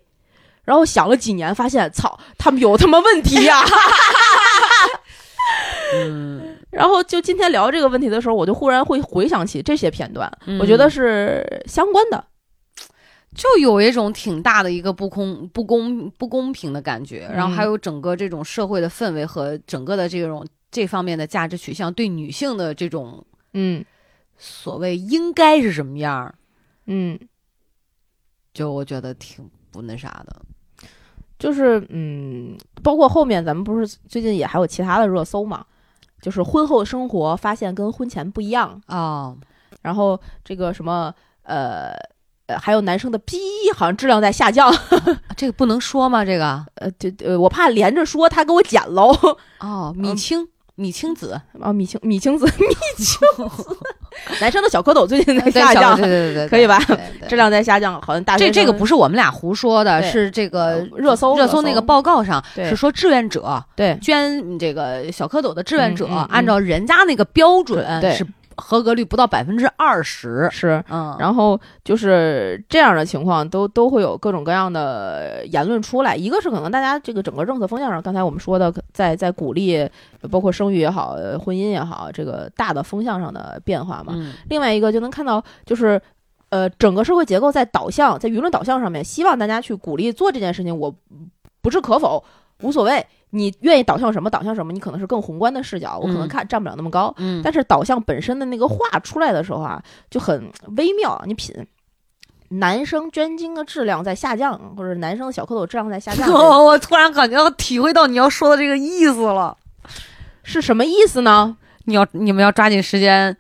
S2: 然后想了几年，发现操，他们有他妈问题啊呀、
S1: 嗯，
S2: 然后就今天聊这个问题的时候，我就忽然会回想起这些片段，
S1: 嗯
S2: 我觉得是相关的。
S1: 就有一种挺大的一个不公、不公、不公平的感觉，
S2: 嗯
S1: 然后还有整个这种社会的氛围和整个的这种这方面的价值取向对女性的这种
S2: 嗯
S1: 所谓应该是什么样儿，
S2: 嗯，
S1: 就我觉得挺不那啥的。
S2: 就是嗯，包括后面咱们不是最近也还有其他的热搜嘛，就是婚后生活发现跟婚前不一样，
S1: 哦，
S2: 然后这个什么呃。呃，还有男生的 P 好像质量在下降，
S1: 啊这个不能说吗？这个
S2: 呃，就呃，我怕连着说他给我剪喽。
S1: 哦，米
S2: 嗯
S1: 青、米青 子
S2: 啊，米青 米青子，米青子，男生的小蝌蚪最近在
S1: 对
S2: 下
S1: 小
S2: 降，
S1: 对对对对，
S2: 可以吧
S1: 对对对
S2: 质量在下降，好像大学
S1: 这这个
S2: 生
S1: 不是我们俩胡说的，
S2: 对
S1: 是这个
S2: 呃热搜
S1: 热
S2: 热搜
S1: 搜那个报告上
S2: 对
S1: 是说志愿者
S2: 对
S1: 捐这个小蝌蚪的志愿者，
S2: 嗯嗯嗯
S1: 按照人家那个标准
S2: 对对
S1: 是合格率不到百分之二十。
S2: 是。
S1: 嗯，
S2: 然后就是这样的情况都都会有各种各样的言论出来。一个是可能大家这个整个政策风向上，刚才我们说的，在在鼓励包括生育也好，呃婚姻也好，这个大的风向上的变化嘛。
S1: 嗯
S2: 另外一个就能看到，就是呃，整个社会结构在导向，在舆论导向上面，希望大家去鼓励做这件事情，我不置可否，无所谓。你愿意导向什么，导向什么，你可能是更宏观的视角，我可
S1: 嗯
S2: 能看站不了那么高。
S1: 嗯，
S2: 但是导向本身的那个话出来的时候啊，就很微妙啊。你品，男生捐精的质量在下降，或者男生的小蝌蚪质量 在下降，
S1: 我我突然感觉到体会到你要说的这个意思了。
S2: 是什么意思呢？
S1: 你要你们要抓紧时间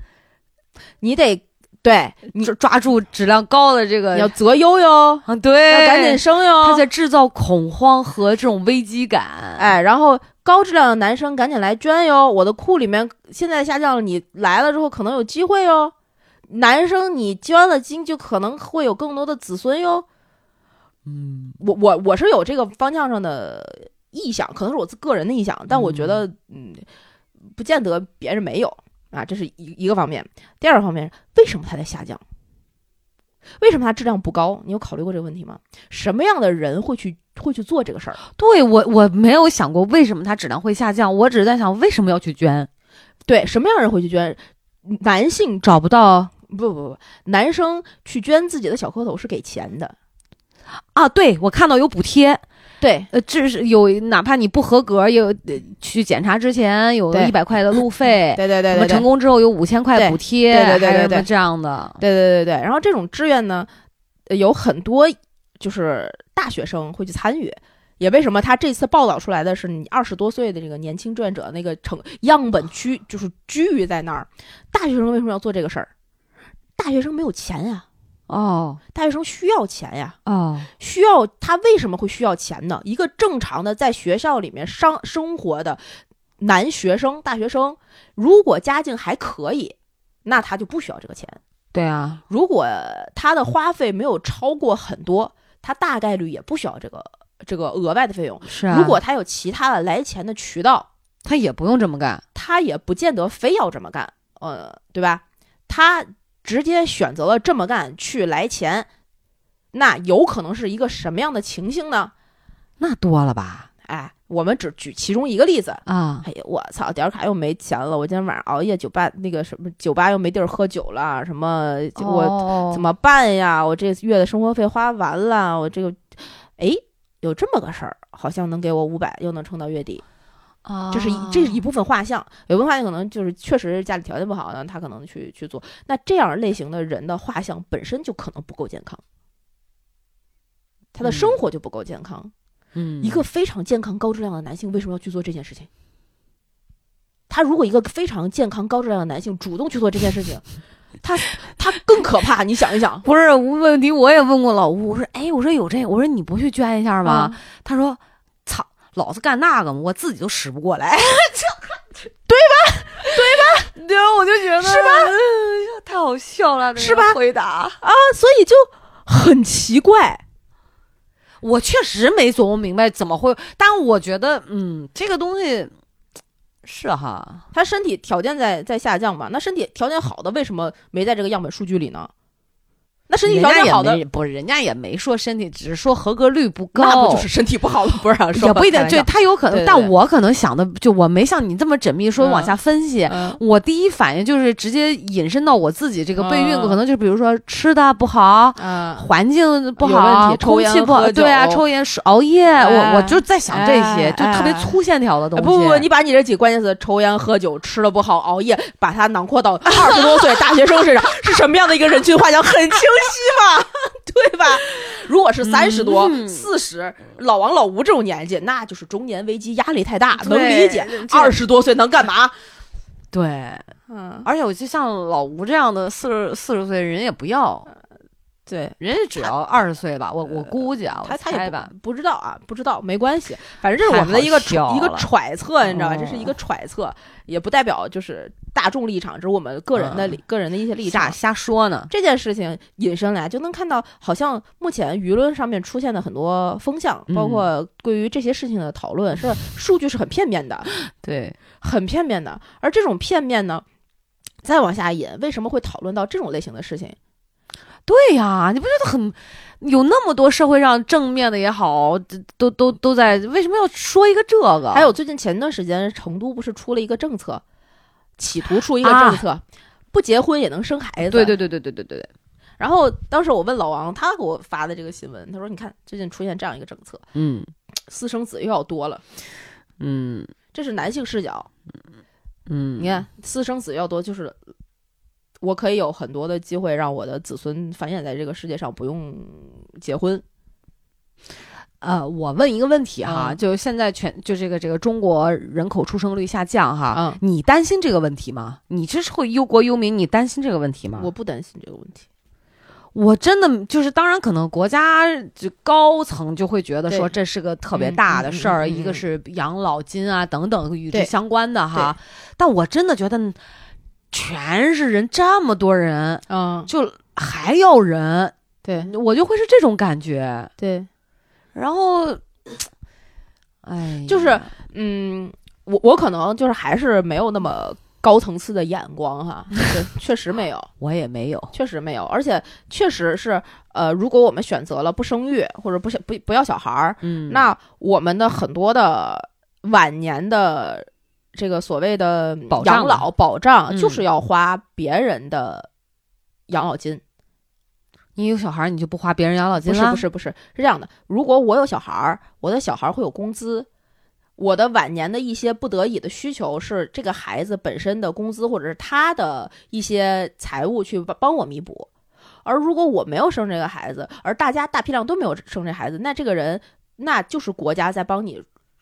S2: 你得对，你
S1: 抓抓住质量高的这
S2: 你要
S1: 个，
S2: 择优哟，
S1: 啊，对，哦
S2: 要赶紧生哟。
S1: 他在制造恐慌和这种危机感。，
S2: 哎，然后高质量的男生赶紧来捐哟！我的库里面现在下降了，你来了之后可能有机会哟。男生你捐了精就可能会有更多的子孙哟。
S1: 嗯
S2: 我我我是有这个方向上的臆想，可能是我自个人的臆想，但我觉得嗯不见得别人没有啊，这是一一个方面。第二个方面，为什么它在下降？为什么它质量不高？你有考虑过这个问题吗？什么样的人会去会去做这个事儿？
S1: 对我我没有想过为什么它质量会下降，我只是在想为什么要去捐，
S2: 对，什么样的人会去捐？男性
S1: 找不到
S2: 不不不，男生去捐自己的小蝌蚪是给钱的，
S1: 啊。对我看到有补贴，
S2: 对
S1: 呃，这是有哪怕你不合格，也有、呃去检查之前有
S2: 对
S1: 一百块的路费，
S2: 对对对
S1: 什么
S2: 对对
S1: 成功之后有五千块
S2: 对
S1: 补贴，
S2: 对对对
S1: 还有什
S2: 对
S1: 么
S2: 对
S1: 这样的，
S2: 对对对对。然后这种志愿呢，呃有很多就是大学生会去参与。也为什么他这次报道出来的是你二十多岁的这个年轻志愿者那个成样本区就是居于在那儿，大学生为什么要做这个事儿？大学生没有钱呀，
S1: 哦
S2: 大学生需要钱呀，
S1: 哦，
S2: 需要他为什么会需要钱呢？一个正常的在学校里面上生活的男学生、大学生，如果家境还可以，那他就不需要这个钱。
S1: 对啊，
S2: 如果他的花费没有超过很多，他大概率也不需要这个这个额外的费用。
S1: 是啊。
S2: 如果他有其他的来钱的渠道，
S1: 他也不用这么干，
S2: 他也不见得非要这么干，呃，对吧？他直接选择了这么干去来钱，那有可能是一个什么样的情形呢？
S1: 那多了吧？
S2: 哎，我们只举其中一个例子。
S1: 啊，
S2: 哎呀，我操，点儿卡又没钱了，我今天晚上熬夜酒吧那个什么酒吧又没地儿喝酒了，什么我
S1: 我
S2: 怎么办呀？我这月的生活费花完了，我这个，哎，有这么个事儿，好像能给我五百，又能撑到月底，
S1: 哦
S2: 这是一这是一部分画像。有部分画像可能就是确实家里条件不好，然后他可能去去做。那这样类型的人的画像本身就可能不够健康，他的生活就不够健康。
S1: 嗯
S2: 一个非常健康高质量的男性为什么要去做这件事情？他如果一个非常健康高质量的男性主动去做这件事情，他他更可怕。你想一想，
S1: 不是问题，我也问过老吴，我说哎，我说有这个，我说你不去捐一下
S2: 是
S1: 吗？？他说操，老子干那个嘛，我自己都使不过来， 对吧？对吧？对，我就觉得
S2: 是
S1: 吧？太好笑了，这个
S2: 是吧
S1: 回答
S2: 所以就很奇怪。
S1: 我确实没琢磨明白怎么会，但我觉得嗯，这个东西是哈，
S2: 他身体条件在在下降嘛？那身体条件好的为什么没在这个样本数据里呢？那身体条件好
S1: 人家
S2: 的，
S1: 也没不是人家也没说身体，只是说合格率不高，
S2: 那不就是身体不好了？不是啊，
S1: 也不一定，对
S2: 对，
S1: 他有可能，
S2: 对对
S1: 但我可能想的就我没像你这么缜密，说往下分析。
S2: 嗯
S1: 我第一反应就是直接引申到我自己这个备孕，
S2: 嗯
S1: 可能就比如说吃的不好，
S2: 啊，
S1: 环境不
S2: 有问
S1: 好，
S2: 题抽
S1: 空
S2: 烟
S1: 气不好，
S2: 喝酒
S1: 对啊，抽烟、是熬夜，
S2: 哎
S1: 我我就在想这些，
S2: 哎
S1: 就特别粗线条的东西。
S2: 不不不，你把你这几个关键词——抽烟、喝酒、吃的不好、熬夜，把它囊括 到二十多岁大学生身上，是什么样的一个人群画像？很清 晰嘛，对吧？如果是三十多、
S1: 嗯
S2: 四十、老王、老吴这种年纪，那就是中年危机，压力太大，能
S1: 对
S2: 理解。
S1: 这
S2: 二十多岁能干嘛？
S1: 对，
S2: 嗯，
S1: 而且我就像老吴这样的四十四十岁人也不要，
S2: 对。
S1: 人家只要二十岁吧，我我估计啊，
S2: 呃他
S1: 我
S2: 他也
S1: 猜
S2: 不
S1: 吧，
S2: 不知道啊，不知道没关系，反正这是我们的一个
S1: 太好笑
S2: 揣一个
S1: 了
S2: 揣测，你知道吧？
S1: 哦
S2: 这是一个揣测，也不代表就是大众立场，这是我们个
S1: 嗯
S2: 人的理个人的一些立
S1: 瞎
S2: 场。
S1: 瞎说呢。
S2: 这件事情引申来，就能看到，好像目前舆论上面出现的很多风向，
S1: 嗯
S2: 包括对于这些事情的讨论，是数据是很片面的，
S1: 对，
S2: 很片面的。而这种片面呢，再往下引，为什么会讨论到这种类型的事情？
S1: 对呀，你不觉得很有那么多社会上正面的也好，都都都在为什么要说一个这个？
S2: 还有最近前段时间，成都不是出了一个政策，企图出一个政策，不结婚也能生孩子。
S1: 啊对对对对对对对对，
S2: 然后当时我问老王，他给我发的这个新闻，他说：“你看，最近出现这样一个政策，
S1: 嗯
S2: 私生子又要多了。
S1: 嗯”
S2: 这是男性视角，
S1: 嗯，
S2: 你看，私生子要多，就是我可以有很多的机会让我的子孙繁衍在这个世界上，不用结婚。
S1: 呃，我问一个问题哈，
S2: 嗯
S1: 就现在全就这个这个中国人口出生率下降哈，
S2: 嗯
S1: 你担心这个问题吗？你这是会忧国忧民，你担心这个问题吗？
S2: 我不担心这个问题。
S1: 我真的就是，当然可能国家就高层就会觉得说
S2: 对
S1: 这是个特别大的事儿，
S2: 嗯嗯嗯嗯嗯
S1: 一个是养老金啊等等与之
S2: 对
S1: 相关的哈。但我真的觉得，全是人这么多人，
S2: 嗯，
S1: 就还要人，
S2: 对
S1: 我就会是这种感觉。
S2: 对，
S1: 然后，哎，
S2: 就是嗯，我我可能就是还是没有那么高层次的眼光 哈，对确实没有。
S1: 我也没有，
S2: 确实没有，而且确实是，呃，如果我们选择了不生育或者不想不不要小孩儿，
S1: 嗯，
S2: 那我们的很多的晚年的这个所谓的
S1: 保障啊
S2: 养老保障，
S1: 嗯
S2: 就是要花别人的养老金。
S1: 你有小孩儿你就不花别人养老金
S2: 不是
S1: 了？
S2: 不
S1: 是，
S2: 是不是，是这样的，如果我有小孩儿，我的小孩儿会有工资。我的晚年的一些不得已的需求是这个孩子本身的工资，或者是他的一些财务去帮帮我弥补。而如果我没有生这个孩子，而大家大批量都没有生这孩子，那这个人那就是国家在帮你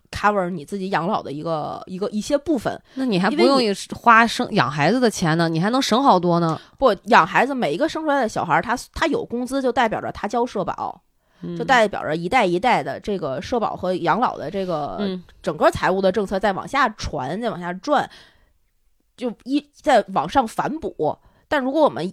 S2: cover 你自己养老的一个一个一些部分。
S1: 那你还
S2: 因
S1: 不
S2: 为
S1: 用
S2: 你
S1: 花生养孩子的钱呢，你还能省好多呢。
S2: 不养孩子，每一个生出来的小孩儿，他他有工资就代表着他交社保，就
S1: 嗯
S2: 代表着一代一代的这个社保和养老的这个
S1: 嗯
S2: 整个财务的政策在往下传，在往下转，就一在往上反哺。但如果我们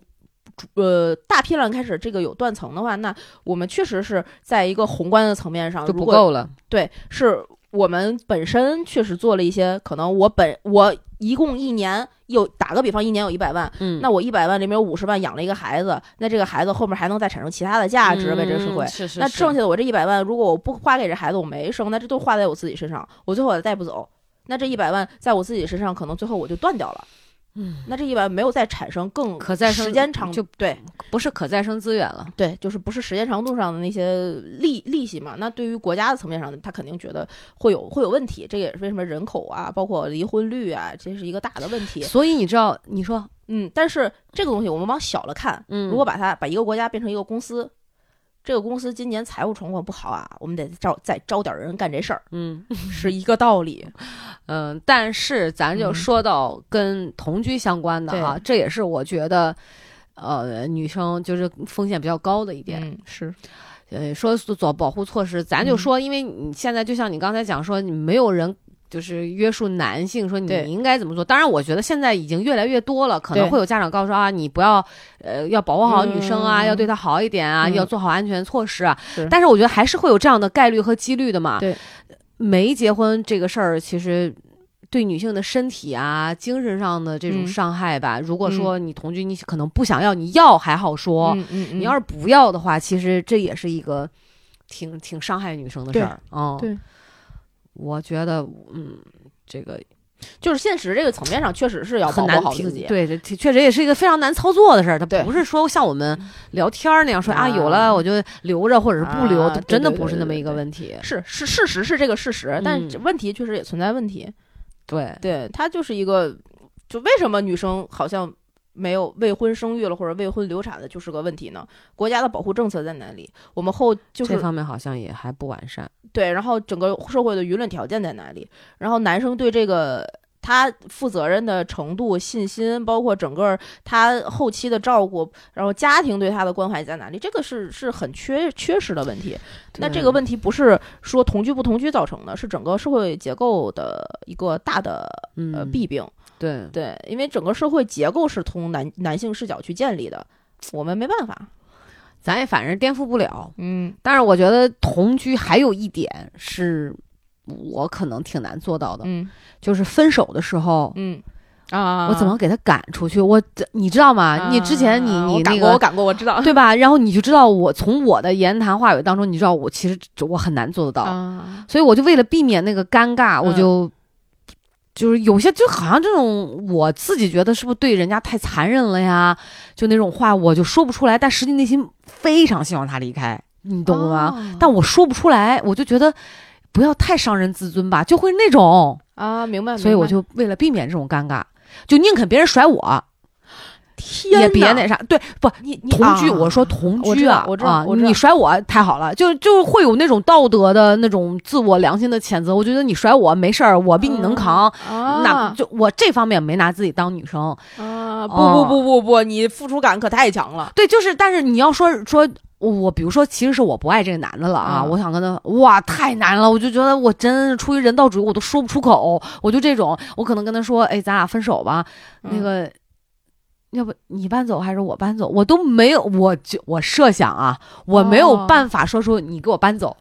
S2: 呃大批量开始这个有断层的话，那我们确实是在一个宏观的层面上
S1: 就
S2: 呃如
S1: 不
S2: 果
S1: 够了。
S2: 对，是我们本身确实做了一些，可能我本我一共一年有打个比方，一年有一百万，
S1: 嗯，
S2: 那我一百万里面有五十万养了一个孩子，那这个孩子后面还能再产生其他的价值为这个社会
S1: 嗯。是是
S2: 那
S1: 是
S2: 剩下的我这一百万，如果我不花给这孩子，我没生，那这都花在我自己身上，我最后也带不走。那这一百万在我自己身上，可能最后我就断掉了。
S1: 嗯，
S2: 那这一百万没有再产生更
S1: 可再生
S2: 时间长
S1: 就
S2: 对
S1: 不是可再生资源了。
S2: 对，就是不是时间长度上的那些利利息嘛？那对于国家的层面上，他肯定觉得会有会有问题。这也是为什么人口啊，包括离婚率啊，这是一个大的问题。
S1: 所以你知道，你说，
S2: 嗯，但是这个东西我们往小了看，
S1: 嗯，
S2: 如果把它把一个国家变成一个公司，这个公司今年财务状况不好啊，我们得招再招点人干这事儿，
S1: 嗯
S2: 是一个道理。
S1: 嗯，但是咱就
S2: 嗯
S1: 说到跟同居相关的啊，
S2: 对
S1: 这也是我觉得。呃，女生就是风险比较高的一点。
S2: 嗯，是
S1: 呃，说做保护措施，咱就
S2: 嗯
S1: 说，因为你现在就像你刚才讲说，你没有人就是约束男性说你
S2: 对
S1: 应该怎么做。当然，我觉得现在已经越来越多了，可能
S2: 对
S1: 会有家长告诉说啊，你不要呃要保护好女生啊，
S2: 嗯
S1: 要对她好一点啊，
S2: 嗯
S1: 要做好安全措施啊。
S2: 是
S1: 但是我觉得还是会有这样的概率和几率的嘛。
S2: 对，
S1: 没结婚这个事儿，其实对女性的身体啊、精神上的这种
S2: 嗯
S1: 伤害吧，如果说你同居，你可能不想要，你要还好说；
S2: 嗯嗯，
S1: 你要
S2: 是
S1: 是不要的话，其实这也是一个挺挺伤害女生的事儿。嗯，
S2: 对
S1: 我觉得，嗯，这个
S2: 就是现实这个层面上，确实是要
S1: 很
S2: 保
S1: 难
S2: 护好
S1: 挺
S2: 自己。
S1: 对，这这确实也是一个非常难操作的事儿。它
S2: 对嗯
S1: 不是说像我们聊天儿那样说啊，
S2: 啊
S1: 有了我就留着，或者是不留，
S2: 啊
S1: 它
S2: 对
S1: 真的
S2: 对
S1: 不是
S2: 对
S1: 那么
S2: 对
S1: 一个
S2: 对
S1: 问题。
S2: 是是事实是这个事实，但
S1: 嗯
S2: 是问题确实也存在问题。
S1: 对，
S2: 对，它就是一个，就为什么女生好像没有未婚生育了或者未婚流产的，就是个问题呢？国家的保护政策在哪里？我们后就
S1: 这
S2: 是
S1: 方面好像也还不完善。
S2: 对，然后整个社会的舆论条件在哪里？然后男生对这个。他负责任的程度、信心，包括整个他后期的照顾，然后家庭对他的关怀在哪里，这个是是很缺缺失的问题。那这个
S1: 对
S2: 问题不是说同居不同居造成的，是整个社会结构的一个大的
S1: 嗯，
S2: 呃弊病。
S1: 对，
S2: 对，因为整个社会结构是从男男性视角去建立的，我们没办法。
S1: 咱也反正颠覆不了。
S2: 嗯
S1: 但是我觉得同居还有一点是我可能挺难做到的，
S2: 嗯
S1: 就是分手的时候。
S2: 嗯啊
S1: 我怎么给他赶出去？我这你知道吗？你之前你
S2: 啊
S1: 你
S2: 我
S1: 那
S2: 赶过，我
S1: 个
S2: 赶过，我知 道。
S1: 对吧？然后你就知道我从我的言谈话语当中，你知道我其实这我很难做得到，
S2: 啊，
S1: 所以我就为了避免那个尴尬，我
S2: 嗯
S1: 就就是有些就好像这种我自己觉得是不是对人家太残忍了呀？就那种话我就说不出来，但实际内心非常希望他离开，你懂吗？
S2: 哦
S1: 但我说不出来，我就觉得不要太伤人自尊吧，就会那种，
S2: 啊，明白。
S1: 所以
S2: 明
S1: 我
S2: 白
S1: 就为了避免这种尴尬，就宁肯别人甩我，
S2: 天
S1: 也别
S2: 哪
S1: 那啥。对，不
S2: 你你
S1: 同居，
S2: 啊
S1: 我说同
S2: 我
S1: 居
S2: 知道
S1: 啊，
S2: 我知道
S1: 啊
S2: 我知道
S1: 你甩我太好了，就就会有那种道德的那种自我良心的谴责。我觉得你甩我没事儿，我比你能扛。
S2: 嗯啊
S1: 那就我这方面没拿自己当女生，
S2: 啊不
S1: 哦
S2: 不不不不，你付出感可太强了。
S1: 对，就是，但是你要说说我，我比如说，其实是我不爱这个男的了啊，
S2: 啊
S1: 我想跟他，哇，太难了，我就觉得我真是出于人道主义，我都说不出口，我就这种，我可能跟他说，哎，咱俩分手吧，那
S2: 嗯
S1: 个。要不你搬走还是我搬走？我都没有，我就我设想啊，我没有
S2: 哦
S1: 办法说出你给我搬走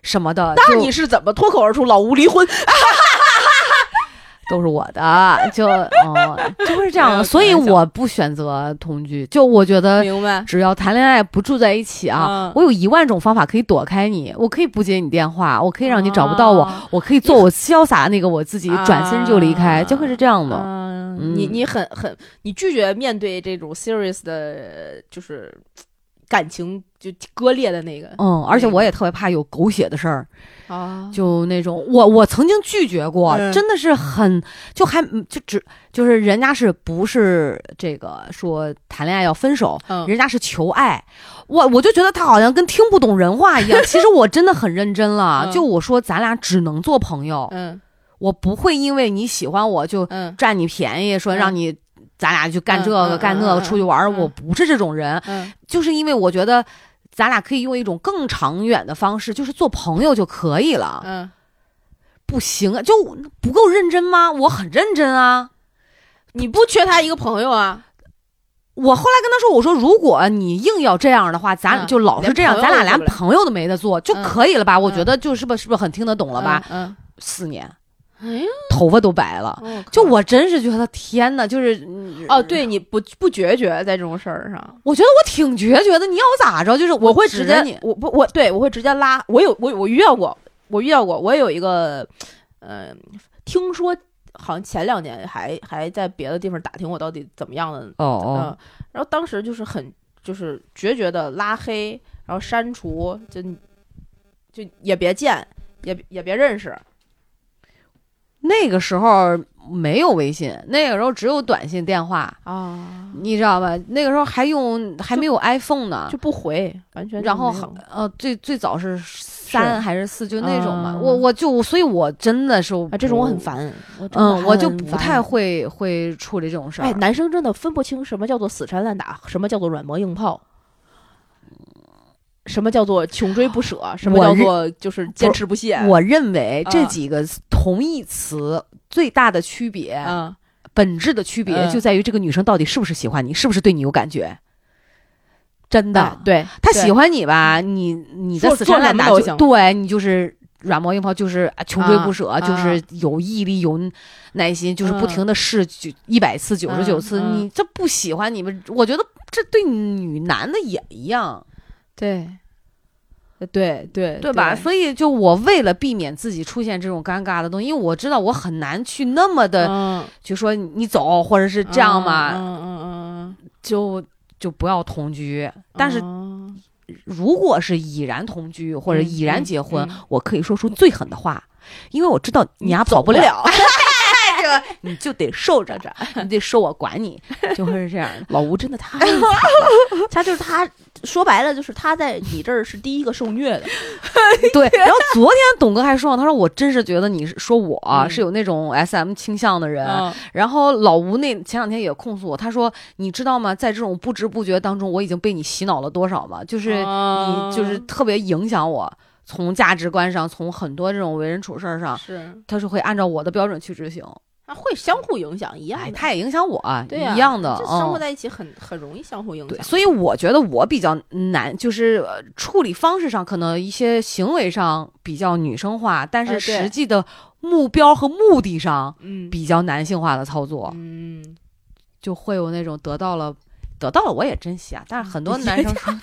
S1: 什么的。
S2: 那
S1: 就
S2: 你是怎么脱口而出“老吴离婚
S1: 都是我的，就嗯，就会是这样
S2: 没
S1: 的。
S2: 有
S1: 所以
S2: 开玩笑
S1: 我不选择同居，就我觉”？得
S2: 明白
S1: 只要谈恋爱不住在一起呃啊，
S2: 嗯
S1: 我有一万种方法可以躲开你，我可以不接你电话，我可以让你找不到我，
S2: 啊
S1: 我可以做我潇洒的那个我自己，
S2: 啊
S1: 转身就离开，就会是这样的。
S2: 啊，你
S1: 嗯
S2: 你很很，你拒绝面对这种 serious 的，就是感情就割裂的那个
S1: 嗯，而且我也特别怕有狗血的事儿，
S2: 啊，
S1: 哦就那种我我曾经拒绝过，
S2: 嗯
S1: 真的是很就还就只就是人家是不是这个说谈恋爱要分手，
S2: 嗯
S1: 人家是求爱，我我就觉得他好像跟听不懂人话一样。其实我真的很认真了，
S2: 嗯
S1: 就我说咱俩只能做朋友，
S2: 嗯
S1: 我不会因为你喜欢我就
S2: 嗯
S1: 占你便宜，说
S2: 嗯
S1: 让你咱俩去干这
S2: 嗯
S1: 个
S2: 嗯
S1: 干那
S2: 嗯
S1: 个
S2: 嗯
S1: 出去玩儿，
S2: 嗯
S1: 我不是这种人，
S2: 嗯
S1: 就是因为我觉得咱俩可以用一种更长远的方式，就是做朋友就可以了。
S2: 嗯，
S1: 不行啊，就不够认真吗？我很认真啊。
S2: 你不缺他一个朋友啊？
S1: 我后来跟他说，我说如果你硬要这样的话，咱
S2: 嗯
S1: 就老是这样，
S2: 连
S1: 咱俩连
S2: 朋友都不来
S1: 朋友都没得做就
S2: 嗯
S1: 可以了吧？我
S2: 嗯
S1: 觉得就是不是不是很听得懂了吧？？
S2: 嗯，
S1: 四年，
S2: 哎呀，
S1: 头发都白了，就我真是觉得天哪，就是嗯
S2: 哦，，对，你不不决绝在这种事儿上，
S1: 我觉得我挺决绝的，你要我咋着？就是
S2: 我会
S1: 指
S2: 直
S1: 着
S2: 接
S1: 你，，
S2: 我不我对我会直接拉。我有我我遇到过，我遇到过，我有一个，呃，听说好像前两年还还在别的地方打听我到底怎么样的
S1: 哦
S2: 嗯，然后当时就是很就是决绝的拉黑，然后删除，就就也别见，也也别认识。
S1: 那个时候没有微信，那个时候只有短信电话，
S2: 啊，
S1: 你知道吧？那个时候还用还没有 iPhone 呢
S2: 就，不回，完全就
S1: 然后
S2: 没有
S1: 好呃最最早是哦三
S2: 是
S1: 还是四，就那种嘛。
S2: 啊
S1: 我我就所以，我真的是
S2: 啊，这种我很。烦，我真的
S1: 嗯，我就
S2: 很
S1: 不
S2: 烦
S1: 太。会会处理这种事儿。
S2: 哎，男生真的分不清什么叫做死缠烂打，什么叫做软磨硬泡，什么叫做穷追不舍，什么
S1: 我
S2: 叫
S1: 认
S2: 做就是坚持不懈。
S1: 我认为这
S2: 啊
S1: 几个同义词最大的区别，
S2: 啊，
S1: 本质的区别
S2: 嗯
S1: 就在于这个女生到底是不是喜欢你，是不是对你有感觉。真的，
S2: 啊对，
S1: 她
S2: 对
S1: 喜欢你吧，你你的
S2: 做
S1: 死缠烂打
S2: 做
S1: 就
S2: 什么都行
S1: 对你就是软磨硬泡，就是啊穷追不舍，
S2: 啊
S1: 就是有毅力、有耐心，就是不
S2: 嗯
S1: 停的试九一百次、九十九
S2: 嗯
S1: 次。
S2: 嗯
S1: 你这不喜欢你们，我觉得这对女男的也一样，
S2: 对，呃对对
S1: 对吧？所以就我为了避免自己出现这种尴尬的东西，因为我知道我很难去那么的、
S2: 嗯，
S1: 就说你你走，或者是这样嘛，
S2: 嗯嗯嗯嗯，
S1: 就就不要同居。但是
S2: 嗯
S1: 如果是已然同居或者
S2: 嗯
S1: 已然
S2: 嗯
S1: 结婚，
S2: 嗯
S1: 我可以说出最狠的话，因为我知道你
S2: 你
S1: 丫
S2: 走
S1: 跑
S2: 不
S1: 了，
S2: 了，
S1: 你就得受着 着，你得受我管你，就会是这样的。
S2: 老吴真的太 惨了他就是他说白了就是他在你这儿是第一个受虐的，
S1: 对，然后昨天董哥还说，他说我真是觉得你是说我、啊
S2: 嗯
S1: 是有那种 S M 倾向的人。然后老吴那前两天也控诉我，他说你知道吗，在这种不知不觉当中，我已经被你洗脑了多少吗？就是
S2: 嗯
S1: 你就是特别影响我，从价值观上，从很多这种为人处事儿上，
S2: 是
S1: 他是会按照我的标准去执行。
S2: 他会相互影响一样
S1: 哎，
S2: 的，
S1: 他也影响我啊，
S2: 对呀
S1: 一样的
S2: 这，生活
S1: 嗯。
S2: 在一起很很容易相互影
S1: 对，
S2: 响，
S1: 所以我觉得我比较难，就是呃处理方式上可能一些行为上比较女生化，但是
S2: 哎对
S1: 实际的目标和目的上
S2: 嗯
S1: 比较男性化的操作，
S2: 嗯，
S1: 就会有那种得到了。得到了我也珍惜啊，
S2: 嗯
S1: 但是很多男生说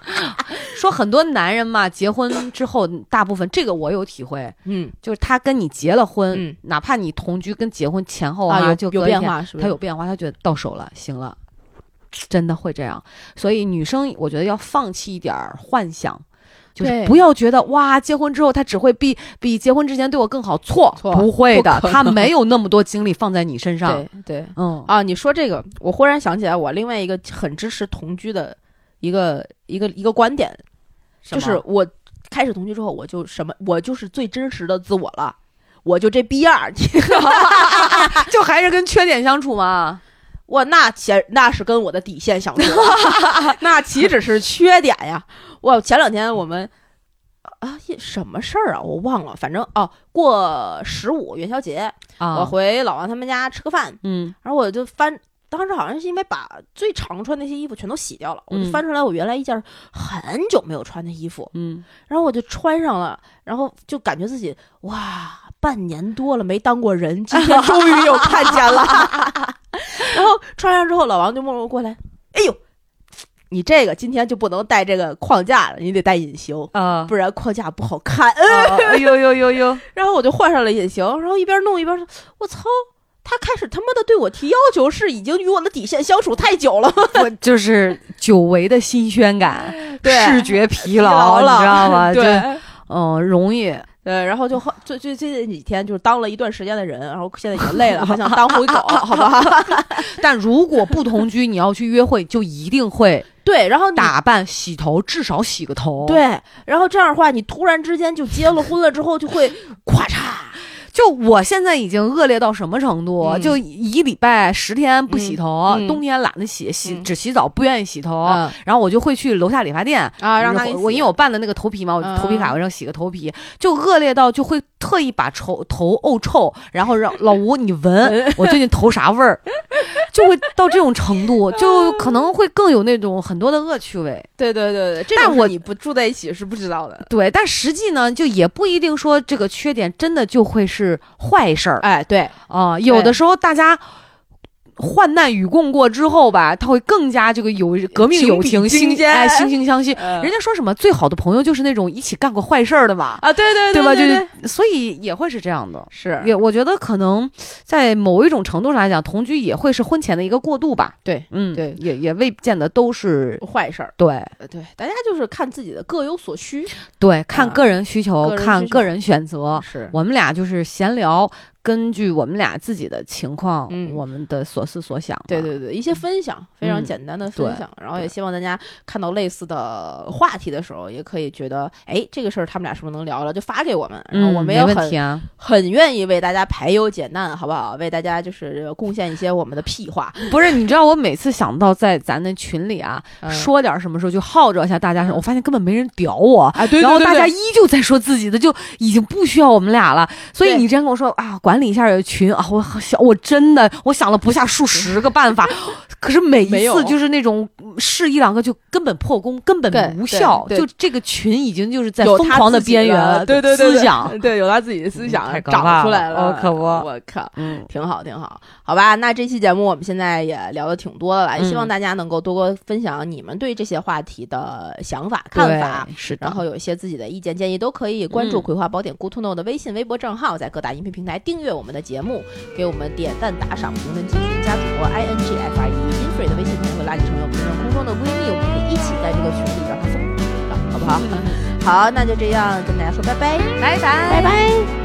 S1: 说很多男人嘛，结婚之后大部分这个我有体会，
S2: 嗯
S1: 就是他跟你结了婚，
S2: 嗯
S1: 哪怕你同居跟结婚前后
S2: 啊有
S1: 就
S2: 有
S1: 隔一
S2: 变
S1: 天，
S2: 化是不
S1: 他
S2: 是？
S1: 有变化，他觉得到手了，行了，真的会这样。所以女生我觉得要放弃一点儿幻想，就是
S2: 对
S1: 不要觉得哇，结婚之后他只会比比结婚之前对我更好，错，
S2: 错
S1: 不会的
S2: 不，可
S1: 他
S2: 能
S1: 没有那么多精力放在你身上。
S2: 对对
S1: 嗯，
S2: 啊，你说这个，我忽然想起来，我另外一个很支持同居的一个一个一个观点，
S1: 什
S2: 就
S1: 么
S2: 是我开始同居之后，我就什么，我就是最真实的自我了，我就这逼样儿，你知道吗
S1: 啊就还是跟缺点相处嘛。
S2: 我那前那是跟我的底线相 处了， 那岂止是缺点呀？我前两天我们啊一什么事儿啊，我忘了，反正哦、过十五元宵节，
S1: 啊，
S2: 我回老王他们家吃个饭，
S1: 嗯
S2: 然后我就翻。当时好像是因为把最常穿那些衣服全都洗掉了，我
S1: 嗯
S2: 就翻出来我原来一件很久没有穿的衣服，
S1: 嗯，
S2: 然后我就穿上了，然后就感觉自己哇，半年多了没当过人，今天终于有看见了。然后穿上之后，老王就默默过来，哎呦，你这个今天就不能戴这个框架了，你得戴隐形，
S1: 啊，
S2: 不然框架不好看。嗯
S1: 是，哎呦呦呦呦，
S2: 然后我就换上了隐形，然后一边弄一边说，我操。他开始他妈的对我提要求是已经与我的底线相处太久了，
S1: 我就是久违的新鲜感，
S2: 对
S1: 视觉疲劳，
S2: 劳了，
S1: 你知道吗？就
S2: 对，
S1: 嗯，容易，
S2: 对，然后就后最最最近几天就是当了一段时间的人，然后现在已经累了，好想当回狗，好吧？
S1: 但如果不同居，你要去约会，就一定会
S2: 对，然后你
S1: 打扮、洗头，至少洗个头。，
S2: 对，然后这样的话，你突然之间就结了婚了之后，就会咵嚓，
S1: 就我现在已经恶劣到什么程度？
S2: 嗯
S1: 就一礼拜十天不洗头，
S2: 嗯嗯
S1: 冬天懒得洗，洗、
S2: 嗯
S1: 只洗澡，不愿意洗头。
S2: 啊
S1: 然后我就会去楼下理发店
S2: 啊，让
S1: 我
S2: 他
S1: 我因为
S2: 为
S1: 我办的那个头皮嘛，我
S2: 嗯
S1: 头皮卡我让洗个头皮，就恶劣到就会特意把头头沤臭，然后让老吴你 闻我最近头啥味儿，就会到这种程 度，就可能会更有那种很多的恶趣味。
S2: 对对对对，这
S1: 但
S2: 种事
S1: 我
S2: 你不住在一起是不知道的。
S1: 对，但实际呢，就也不一定说这个缺点真的就会是坏事儿
S2: 哎，对，
S1: 啊、有
S2: 对
S1: 的时候大家。患难与共过之后吧，他会更加这个有革命
S2: 情
S1: 友
S2: 比
S1: 情，
S2: 金
S1: 心
S2: 坚
S1: 哎惺惺相惜。
S2: 人
S1: 人家说什么最好的朋友就是那种一起干过坏事儿的嘛，
S2: 啊，对对
S1: 吧？
S2: 对对，
S1: 就是所以也会是这样的。
S2: 是
S1: 也我觉得可能在某一种程度上来讲，同居也会是婚前的一个过渡吧。
S2: 对，
S1: 嗯，
S2: 对哦
S1: 也也未见得都是
S2: 坏事儿。
S1: 对
S2: 对，大家就是看自己的各有所需。
S1: 对，看
S2: 啊
S1: 个人需求，
S2: 个人需
S1: 看
S2: 求
S1: 个人选择。
S2: 是，
S1: 我们俩就是闲聊，根据我们俩自己的情况，
S2: 嗯
S1: 我们的所思所想吧。
S2: 对对对，一些分享，非常简单的分
S1: 嗯对
S2: 享。然后也
S1: 对
S2: 希望大家看到类似的话题的时候，也可以觉得，哎，这个事儿他们俩是不是能聊聊？就发给我们，然后
S1: 嗯，
S2: 我们
S1: 没
S2: 也
S1: 问题
S2: 很
S1: 啊。
S2: 很愿意为大家排忧解难，好不好？为大家就是贡献一些我们的屁 话。
S1: 不是，你知道我每次想到在咱那群里啊，
S2: 说
S1: 说点什么时候就号召一下大家什么，我发现根本没人屌我。
S2: 啊，对
S1: 然后大家依旧在说自己的，就已经不需要我们俩了。所以
S2: 对
S1: 你之前跟我说啊，管理一下群啊，我好想我真的我想了不下数十个办 法，可是每
S2: 没
S1: 一
S2: 有
S1: 次就是那种嗯试一两个就根本破功，根
S2: 对
S1: 本无效。
S2: 对对
S1: 就这个群已经就是在
S2: 有
S1: 疯
S2: 他
S1: 狂的
S2: 自己的
S1: 边缘了，
S2: 对对对，
S1: 思
S2: 对
S1: 想，
S2: 对，有他自己的思
S1: 嗯
S2: 想
S1: 太可
S2: 长
S1: 怕
S2: 出
S1: 了
S2: 来
S1: 哦可不
S2: 我靠。
S1: 嗯。
S2: 挺好，挺好，好吧。那这期节目我们现在也聊的挺多的了，也希望
S1: 嗯
S2: 大家能够多多分享你们对这些话题的想法、看法。
S1: 对是的，
S2: 然后有一些自己的意见建议，都可以关注《
S1: 嗯
S2: 葵花宝典 Good to Know》的微信、微博账号，在各大音频平台订阅我们的节目，给我们点赞、打赏、评论、进群、加主播 i n g f r e Infree 的微信群会拉你成为我们空中的闺蜜，我们可以一起在这个群
S1: 嗯
S2: 里边疯狂成长，好不好？好，那就这样跟大家说拜拜，
S1: 拜拜
S2: 拜拜。